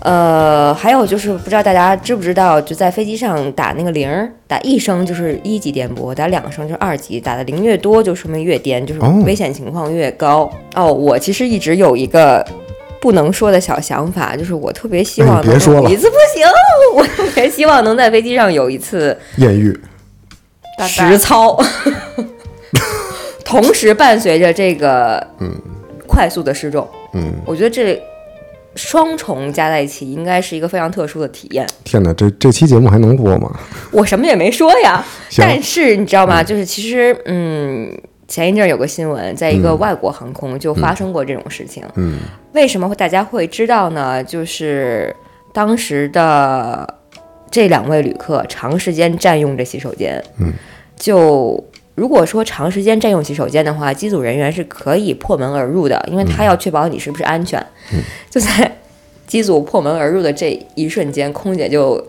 Speaker 4: 呃，还有就是不知道大家知不知道，就在飞机上打那个铃儿，打一声就是一级颠簸，打两声就是二级，打的铃越多就说明越颠，就是
Speaker 5: 哦
Speaker 4: 危险情况越高。哦我其实一直有一个。不能说的小想法，就是我特别希
Speaker 5: 哎你
Speaker 4: 望
Speaker 5: 别
Speaker 4: 能
Speaker 5: 说
Speaker 4: 有
Speaker 5: 了
Speaker 4: 一次不行， 我特别希望能在飞机上有一次
Speaker 5: 艳遇，
Speaker 2: 大
Speaker 4: 实操，同时伴随着这个嗯快速的失重，
Speaker 5: 嗯，
Speaker 4: 我觉得这双重加在一起应该是一个非常特殊的体验。
Speaker 5: 天哪，这这期节目还能播吗？
Speaker 4: 我什么也没说呀，
Speaker 5: 行
Speaker 4: 但是你知道吗？就是其实嗯。前一阵儿有个新闻，在一个外国航空就发生过这种事情。
Speaker 5: 嗯，
Speaker 4: 为什么会大家会知道呢？就是当时的这两位旅客长时间占用着洗手间，
Speaker 5: 嗯，
Speaker 4: 就如果说长时间占用洗手间的话，机组人员是可以破门而入的，因为
Speaker 5: 嗯
Speaker 4: 他要确保你是不是安全。就在机组破门而入的这一瞬间，空姐就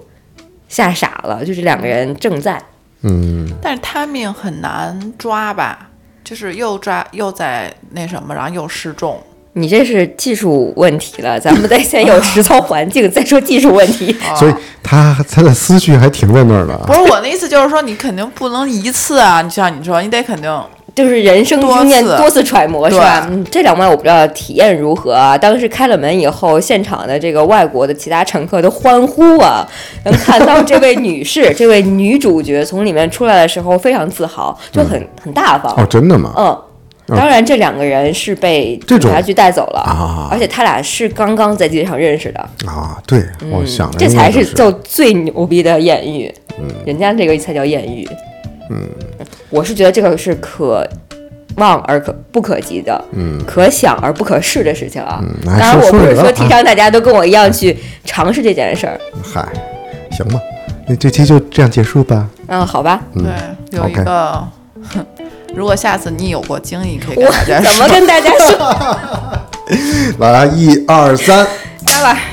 Speaker 4: 吓傻了，就是两个人正在。
Speaker 5: 嗯，
Speaker 2: 但是 timing 很难抓吧？就是又抓又在那什么，然后又失重。
Speaker 4: 你这是技术问题了，咱们得先有实操环境，再说技术问题。
Speaker 2: 啊
Speaker 5: 所以他他的思绪还停在那儿
Speaker 2: 不
Speaker 5: 了。
Speaker 2: 是我的意思，就是说你肯定不能一次啊！你像你说，你得肯定
Speaker 4: 就是人生经验
Speaker 2: 多次
Speaker 4: 多次揣摩是
Speaker 2: 对
Speaker 4: 吧？嗯，这两万我不知道体验如何啊。当时开了门以后，现场的这个外国的其他乘客都欢呼啊，能看到这位女士、 这位女主角从里面出来的时候非常自豪，就很、很大方。
Speaker 5: 嗯哦，真的吗？
Speaker 4: 嗯。当然，这两个人是被
Speaker 5: 这
Speaker 4: 警
Speaker 5: 种
Speaker 4: 察局带走了，
Speaker 5: 啊
Speaker 4: 而且他俩是刚刚在机场认识的，
Speaker 5: 啊，对，我想了
Speaker 4: 这
Speaker 5: 一下
Speaker 4: 才
Speaker 5: 就是嗯
Speaker 4: 叫最牛逼的艳遇。人家这个才叫艳遇。嗯，我是觉得这个是可望而可不可及的，嗯，可想而不可试的事情啊。
Speaker 5: 嗯
Speaker 4: 当
Speaker 5: 哎
Speaker 4: 然，
Speaker 5: 说
Speaker 4: 我不
Speaker 5: 说
Speaker 4: 是
Speaker 5: 远了
Speaker 4: 说提
Speaker 5: 啊
Speaker 4: 倡大家都跟我一样去尝试这件事儿。
Speaker 5: 嗨，行吧，那这期就这样结束吧。
Speaker 4: 嗯，好吧，
Speaker 5: 嗯
Speaker 2: 对有一
Speaker 5: OK
Speaker 2: 个。哼如果下次你有过经历，可以
Speaker 4: 我
Speaker 2: 跟大家
Speaker 4: 怎么
Speaker 2: 说。
Speaker 4: 跟大家说？
Speaker 5: 来，一二三。
Speaker 4: 拜拜。